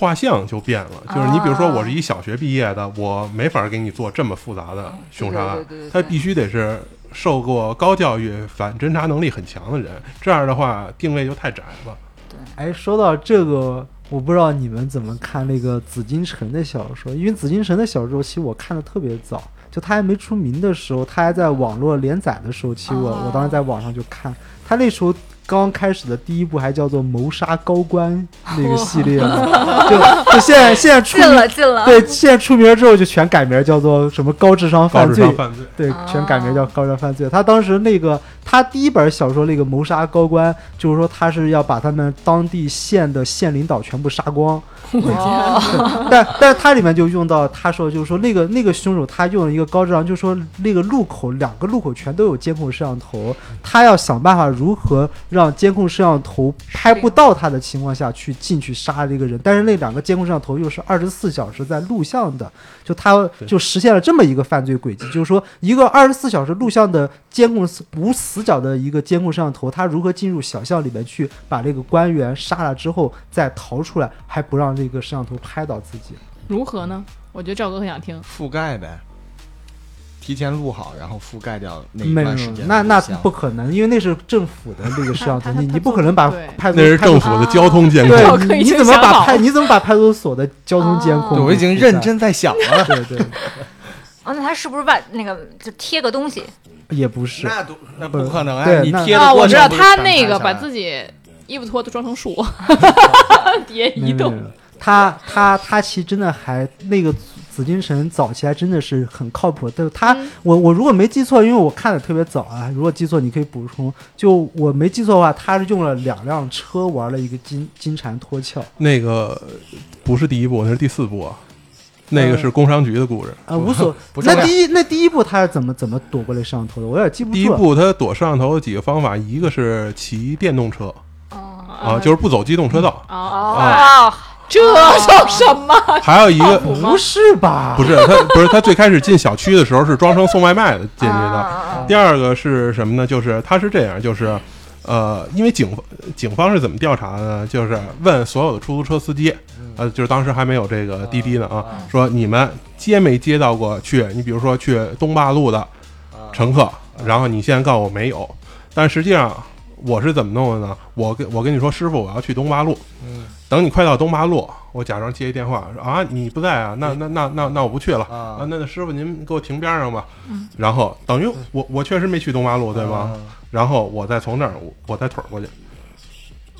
画像就变了，就是你比如说，啊我是一小学毕业的，我没法给你做这么复杂的凶杀案，对对对对对他必须得是受过高教育、反侦查能力很强的人，这样的话定位就太窄了。哎，说到这个，我不知道你们怎么看那个紫禁城的小说，因为紫禁城的小说其实我看的特别早，就他还没出名的时候，他还在网络连载的时候，其实我、哦我当时在网上就看，他那时候。刚开始的第一部还叫做《谋杀高官》 [LAUGHS] 那个系列呢，就就现在现在出进名了进了，对，现在出名之后就全改名叫做什么高智商高犯智罪商，犯罪，对，全改名叫哦高智商犯罪。他当时那个他第一本小说那个谋杀高官，就是说他是要把他们当地县的县领导全部杀光，哦但但是它里面就用到他说就是说那个那个凶手他用了一个高智商，就是说那个路口两个路口全都有监控摄像头，他要想办法如何让监控摄像头拍不到他的情况下去进去杀这个人，但是那两个监控摄像头又是二十四小时在录像的，就他对就实现了这么一个犯罪轨 [CLEARS THROAT] 迹，就是说一个二十四小时录像的监控无死角的一个监控摄像头，他如何进入小巷里面去把这个官员杀了之后再逃出来，还不让这个摄像头拍到自己。如何呢？我觉得赵哥很想听。覆盖呗。提前录好，然后覆盖掉那一没有段时，间的录像。那那不可能，因为那是政府的那个摄像头， [LAUGHS] 他他你他你不做可能把对派出那是政府的交通监控。我可对，以你去怎么想把好派你怎么把派出所的交通监哦控？对，我已经认。真在想了。对对，哦，那他是不是把那个就贴个东西？也不 [LAUGHS] 是，那都那不可能啊！对你那贴啊，的我过知程道不是他全那拍个下把来自己衣服脱都装成树，叠移没有没有动没。有他他他其实真的还那个紫禁城早期还真的是很靠谱的。但是他、嗯我我如果没记错，因为我看的特别早啊，如果记错你可以补充。就我没记错的话，他是用了两辆车玩了一个金金蝉脱壳。那个不是第一部，那是第四部啊。那个嗯是工商局的故事。啊，无所不重那要第一那第一步他是怎么怎么躲过来摄像头的？我有点记不住。第一步，他躲摄像头有几个方法，一个是骑电动车哦啊，就是不走机动车道；啊，啊啊哦，这叫什么？嗯还有一个谱吗不是吧？不是他，不是他最开始进小区的时候是装成送外卖的进去的，啊第二个是什么呢？就是他是这样，就是，呃，因为警警方是怎么调查的呢？就是问所有的出租车司机，呃，就是当时还没有这个滴滴呢啊，说你们接没接到过去？你比如说去东坝路的啊乘客，然后你现在告诉我没有，但实际上我是怎么弄的呢？我跟我跟你说，师傅，我要去东坝路，等你快到东坝路，我假装接一电话，说啊，你不在啊？那那那那那我不去了啊啊！那那师傅您给我停边上吧。然后等于我我确实没去东八路，对吗？啊啊然后我再从那儿我我再腿儿过去，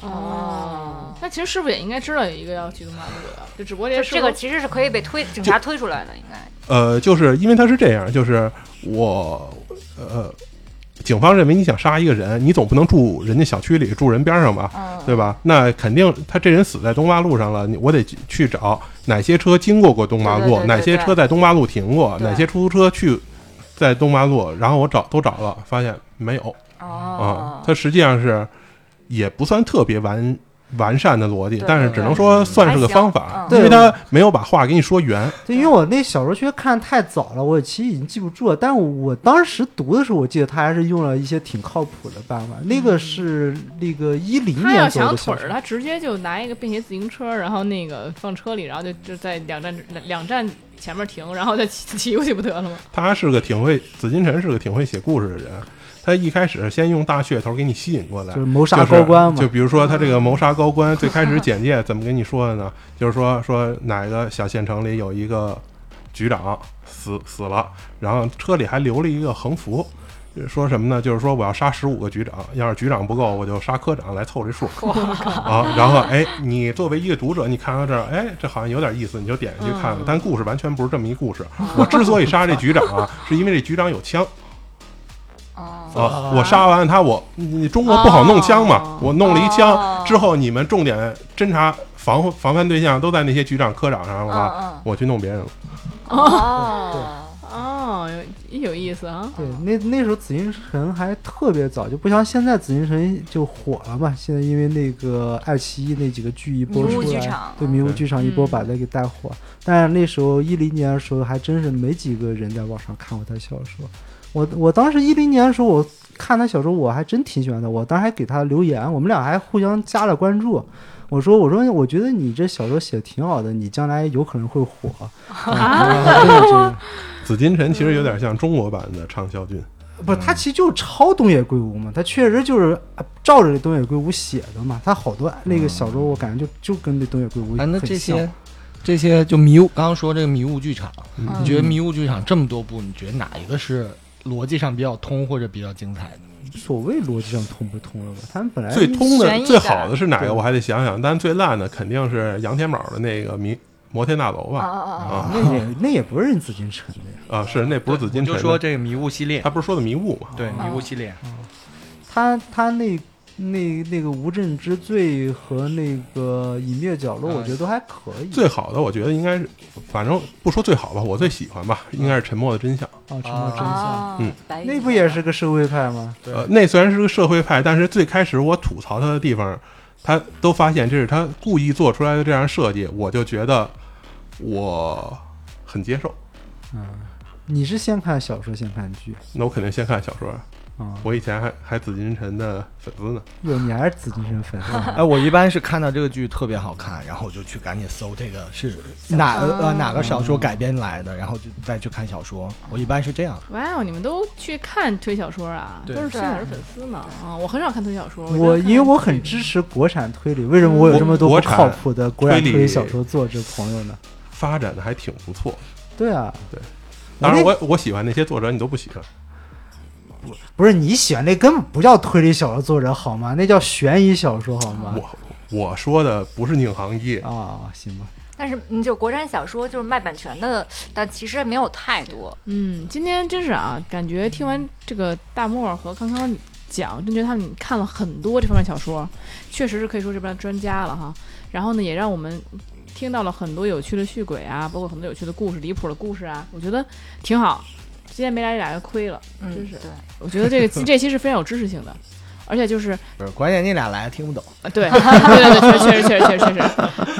哦，那其实师傅也应该知道有一个要去东马路的，啊就只不过就这这个其实是可以被推警察推出来的，应该。呃，就是因为他是这样，就是我呃，警方认为你想杀一个人，你总不能住人家小区里住人边上吧？嗯，对吧？那肯定，他这人死在东八路上了，你我得去去找哪些车经过过东八对对路对，对哪些车在东八路停过，对哪些出租车去在东八路，然后我找都找了，发现没有啊哦，，它实际上是也不算特别完完善的逻辑对，但是对只能嗯说算是个方法还，行嗯因为它没有把话给你说圆。对，因为我那小时候学看太早了，我其实已经记不住了。但我当时读的时候，我记得他还是用了一些挺靠谱的办法。那个是那个一零嗯他要年左右的想腿小儿，说，他直接就拿一个便携自行车，然后那个放车里，然后就就在两站两站前面停，然后再骑骑过去不得了吗？他是个挺会，紫禁城是个挺会写故事的人。他一开始先用大噱头给你吸引过来就，是谋杀就是高官嘛。就比如说他这个谋杀高官，最开始简介怎么跟你说的呢？ [LAUGHS] 就是说说哪个小县城里有一个局长死死了，然后车里还留了一个横幅。说什么呢？就是说我要杀十五个局长，要是局长不够，我就杀科长来凑 [LAUGHS] 这数啊。然后哎，你作为一个读者，你看到这儿，哎，这好像有点意思，你就点进去看嗯看。但故事完全不是这么一故事。我之所以杀这局长啊，是因为这局长有枪。哦，啊，我杀完他，我你中国不好弄枪嘛，我弄了一哦枪之后，你们重点侦查防防范对象都在那些局长科长上了吧？嗯我去弄别人了，嗯哦，哦，有有意思啊！对，那那时候紫禁城还特别早，就不像现在紫禁城就火了嘛。现在因为那个爱奇艺那几个剧一播迷雾出剧来场，对迷雾对剧场一波嗯把它给带火。但是那时候一零年的时候，还真是没几个人在网上看过他小说。我我当时一零年的时候，我看他小说，我还真挺喜欢的。我当时还给他留言，我们俩还互相加了关注。我说我说我觉得你这小说写的挺好的，你将来有可能 [LAUGHS] 会火。啊，真的真的紫禁城其实有点像中国版的畅销军，不，他其实就是抄东野圭吾嘛，他确实就是啊照着这东野圭吾写的嘛，他好多那个小说我感觉就就嗯哎跟那东野圭吾啊，那很这像些。这些就迷雾，刚刚说这个迷雾剧场，嗯你觉得迷雾剧场这么多部，你觉得哪一个是逻辑上比较通或者比较精彩的？所谓逻辑上通不通了吧？他们本来最通哎悬的疑、最好的是哪对个？我还得想想，但最烂的肯定是杨天宝的那个《迷摩天大楼》哦吧？哦啊那也那也不是人紫禁城的呀，啊，是那不是紫禁我城就的，说这个迷雾系列他，不是说的迷雾嘛？对迷雾哦系列，他他那那那个无证之罪和那个隐灭角落，嗯我觉得都还可以。最好的我觉得应该是，反正不说最好嗯吧，我最喜欢吧，应该是《沉默的真相》。啊，沉默哦真相，哦，嗯白玉那不也是个社会派吗？对呃，那虽然是个社会派，但是最开始我吐槽他的地方，他都发现这是他故意做出来的这样设计，我就觉得我很接受。你是先看小说，先看剧？那我肯定先看小说，啊，我以前还还紫禁城的粉丝呢，哟，你还是紫禁城粉丝啊哎，我一般是看到这个剧特别好看，然后我就去赶紧搜这个是哪哦呃哪个小说改编来的，然后就再去看小说。我一般是这样。哇哦，你们都去看推小说啊？对都是推小说粉丝呢。啊，我很少看推小说。我一般看因为我很支持国产推理，为什么我有这么多不国国产靠谱的国产推理推理小说作者朋友呢？发展的还挺不错。对啊，当然我，我喜欢那些作者，你都不喜欢。不是你喜欢那根本不叫推理小说作者好吗？那叫悬疑小说好啊吗？我我说的不是宁行一，啊，行吧，但是嗯你就国产小说就是卖版权的，但其实没有太多。嗯，今天真是啊，感觉听完这个大漠和康康讲，真觉得他们看了很多这方面小说，确实是可以说这边的专家了哈。然后呢，也让我们听到了很多有趣的续鬼啊，包括很多有趣的故事、离谱的故事啊，我觉得挺好。今天没来这俩人亏了，嗯，真是对。 [LAUGHS] 我觉得这个 [LAUGHS] 这期是非常有知识性的，而且就是 [LAUGHS] 不是，关键你俩来听不懂。啊，对对对对，确实确实确实确实确实，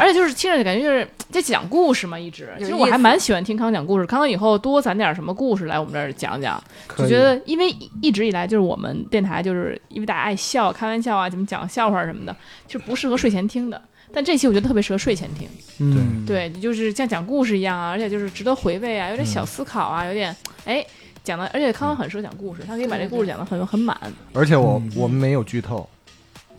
而且就是听着感觉就是在讲故事嘛，一直。有其实我意还思蛮喜欢听康讲故事，康康以后多攒点什么故事来我们这儿讲讲，可以就觉得因为一一直以来就是我们电台就是因为大家爱笑、开玩笑啊，怎么讲笑话什么的，就不适合睡前听的。但这期我觉得特别适合睡前听，嗯，对，就是像讲故事一样啊，而且就是值得回味啊，有点小思考啊，有点哎讲的，而且康康很适合讲故事，他可以把这故事讲的很很满，而且我、嗯我们没有剧透，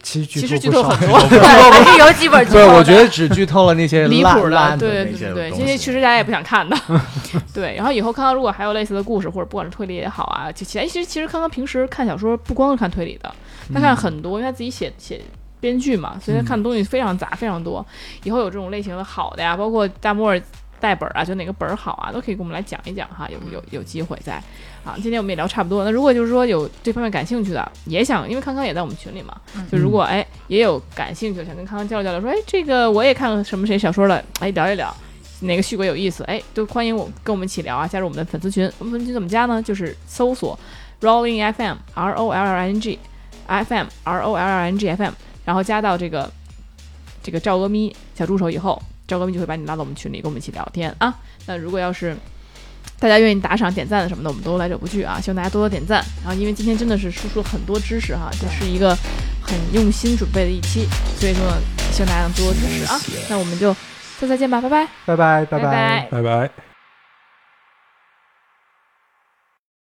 其实剧其实剧剧透很多。对，还是有几本剧对，透我的觉得只剧透了那些离烂谱的，烂那对对些对对，东这些西其实大家也不想看的， [LAUGHS] 对。然后以后康康如果还有类似的故事，或者不管是推理也好啊，其其其实其实康康平时看小说不光是看推理的，他嗯看很多，因为他自己写写。编剧嘛，所以他看的东西非常杂，非常多。以后有这种类型的好的呀，包括大漠尔带本儿啊，就哪个本儿好啊，都可以给我们来讲一讲哈，有有有机会在啊。今天我们也聊差不多，那如果就是说有这方面感兴趣的，也想，因为康康也在我们群里嘛，就如果哎也有感兴趣的，想跟康康交流交流，说哎这个我也看了什么谁小说了，哎聊一聊。哪个续鬼有意思？哎，都欢迎我跟我们一起聊啊！加入我们的粉丝群，我们粉丝群怎么加呢？就是搜索 Rolling FM R O L L I N G F M R O L L I N G F M，然后加到这个这个赵阿咪小助手以后，赵阿咪就会把你拉到我们群里，跟我们一起聊天啊。那如果要是大家愿意打赏、点赞什么的，我们都来者不拒啊！希望大家多多点赞。然后，因为今天真的是输出了很多知识哈，这是一个很用心准备的一期，所以说希望大家能多多支持啊！那我们就下次再见吧，拜拜。拜拜拜拜拜拜拜。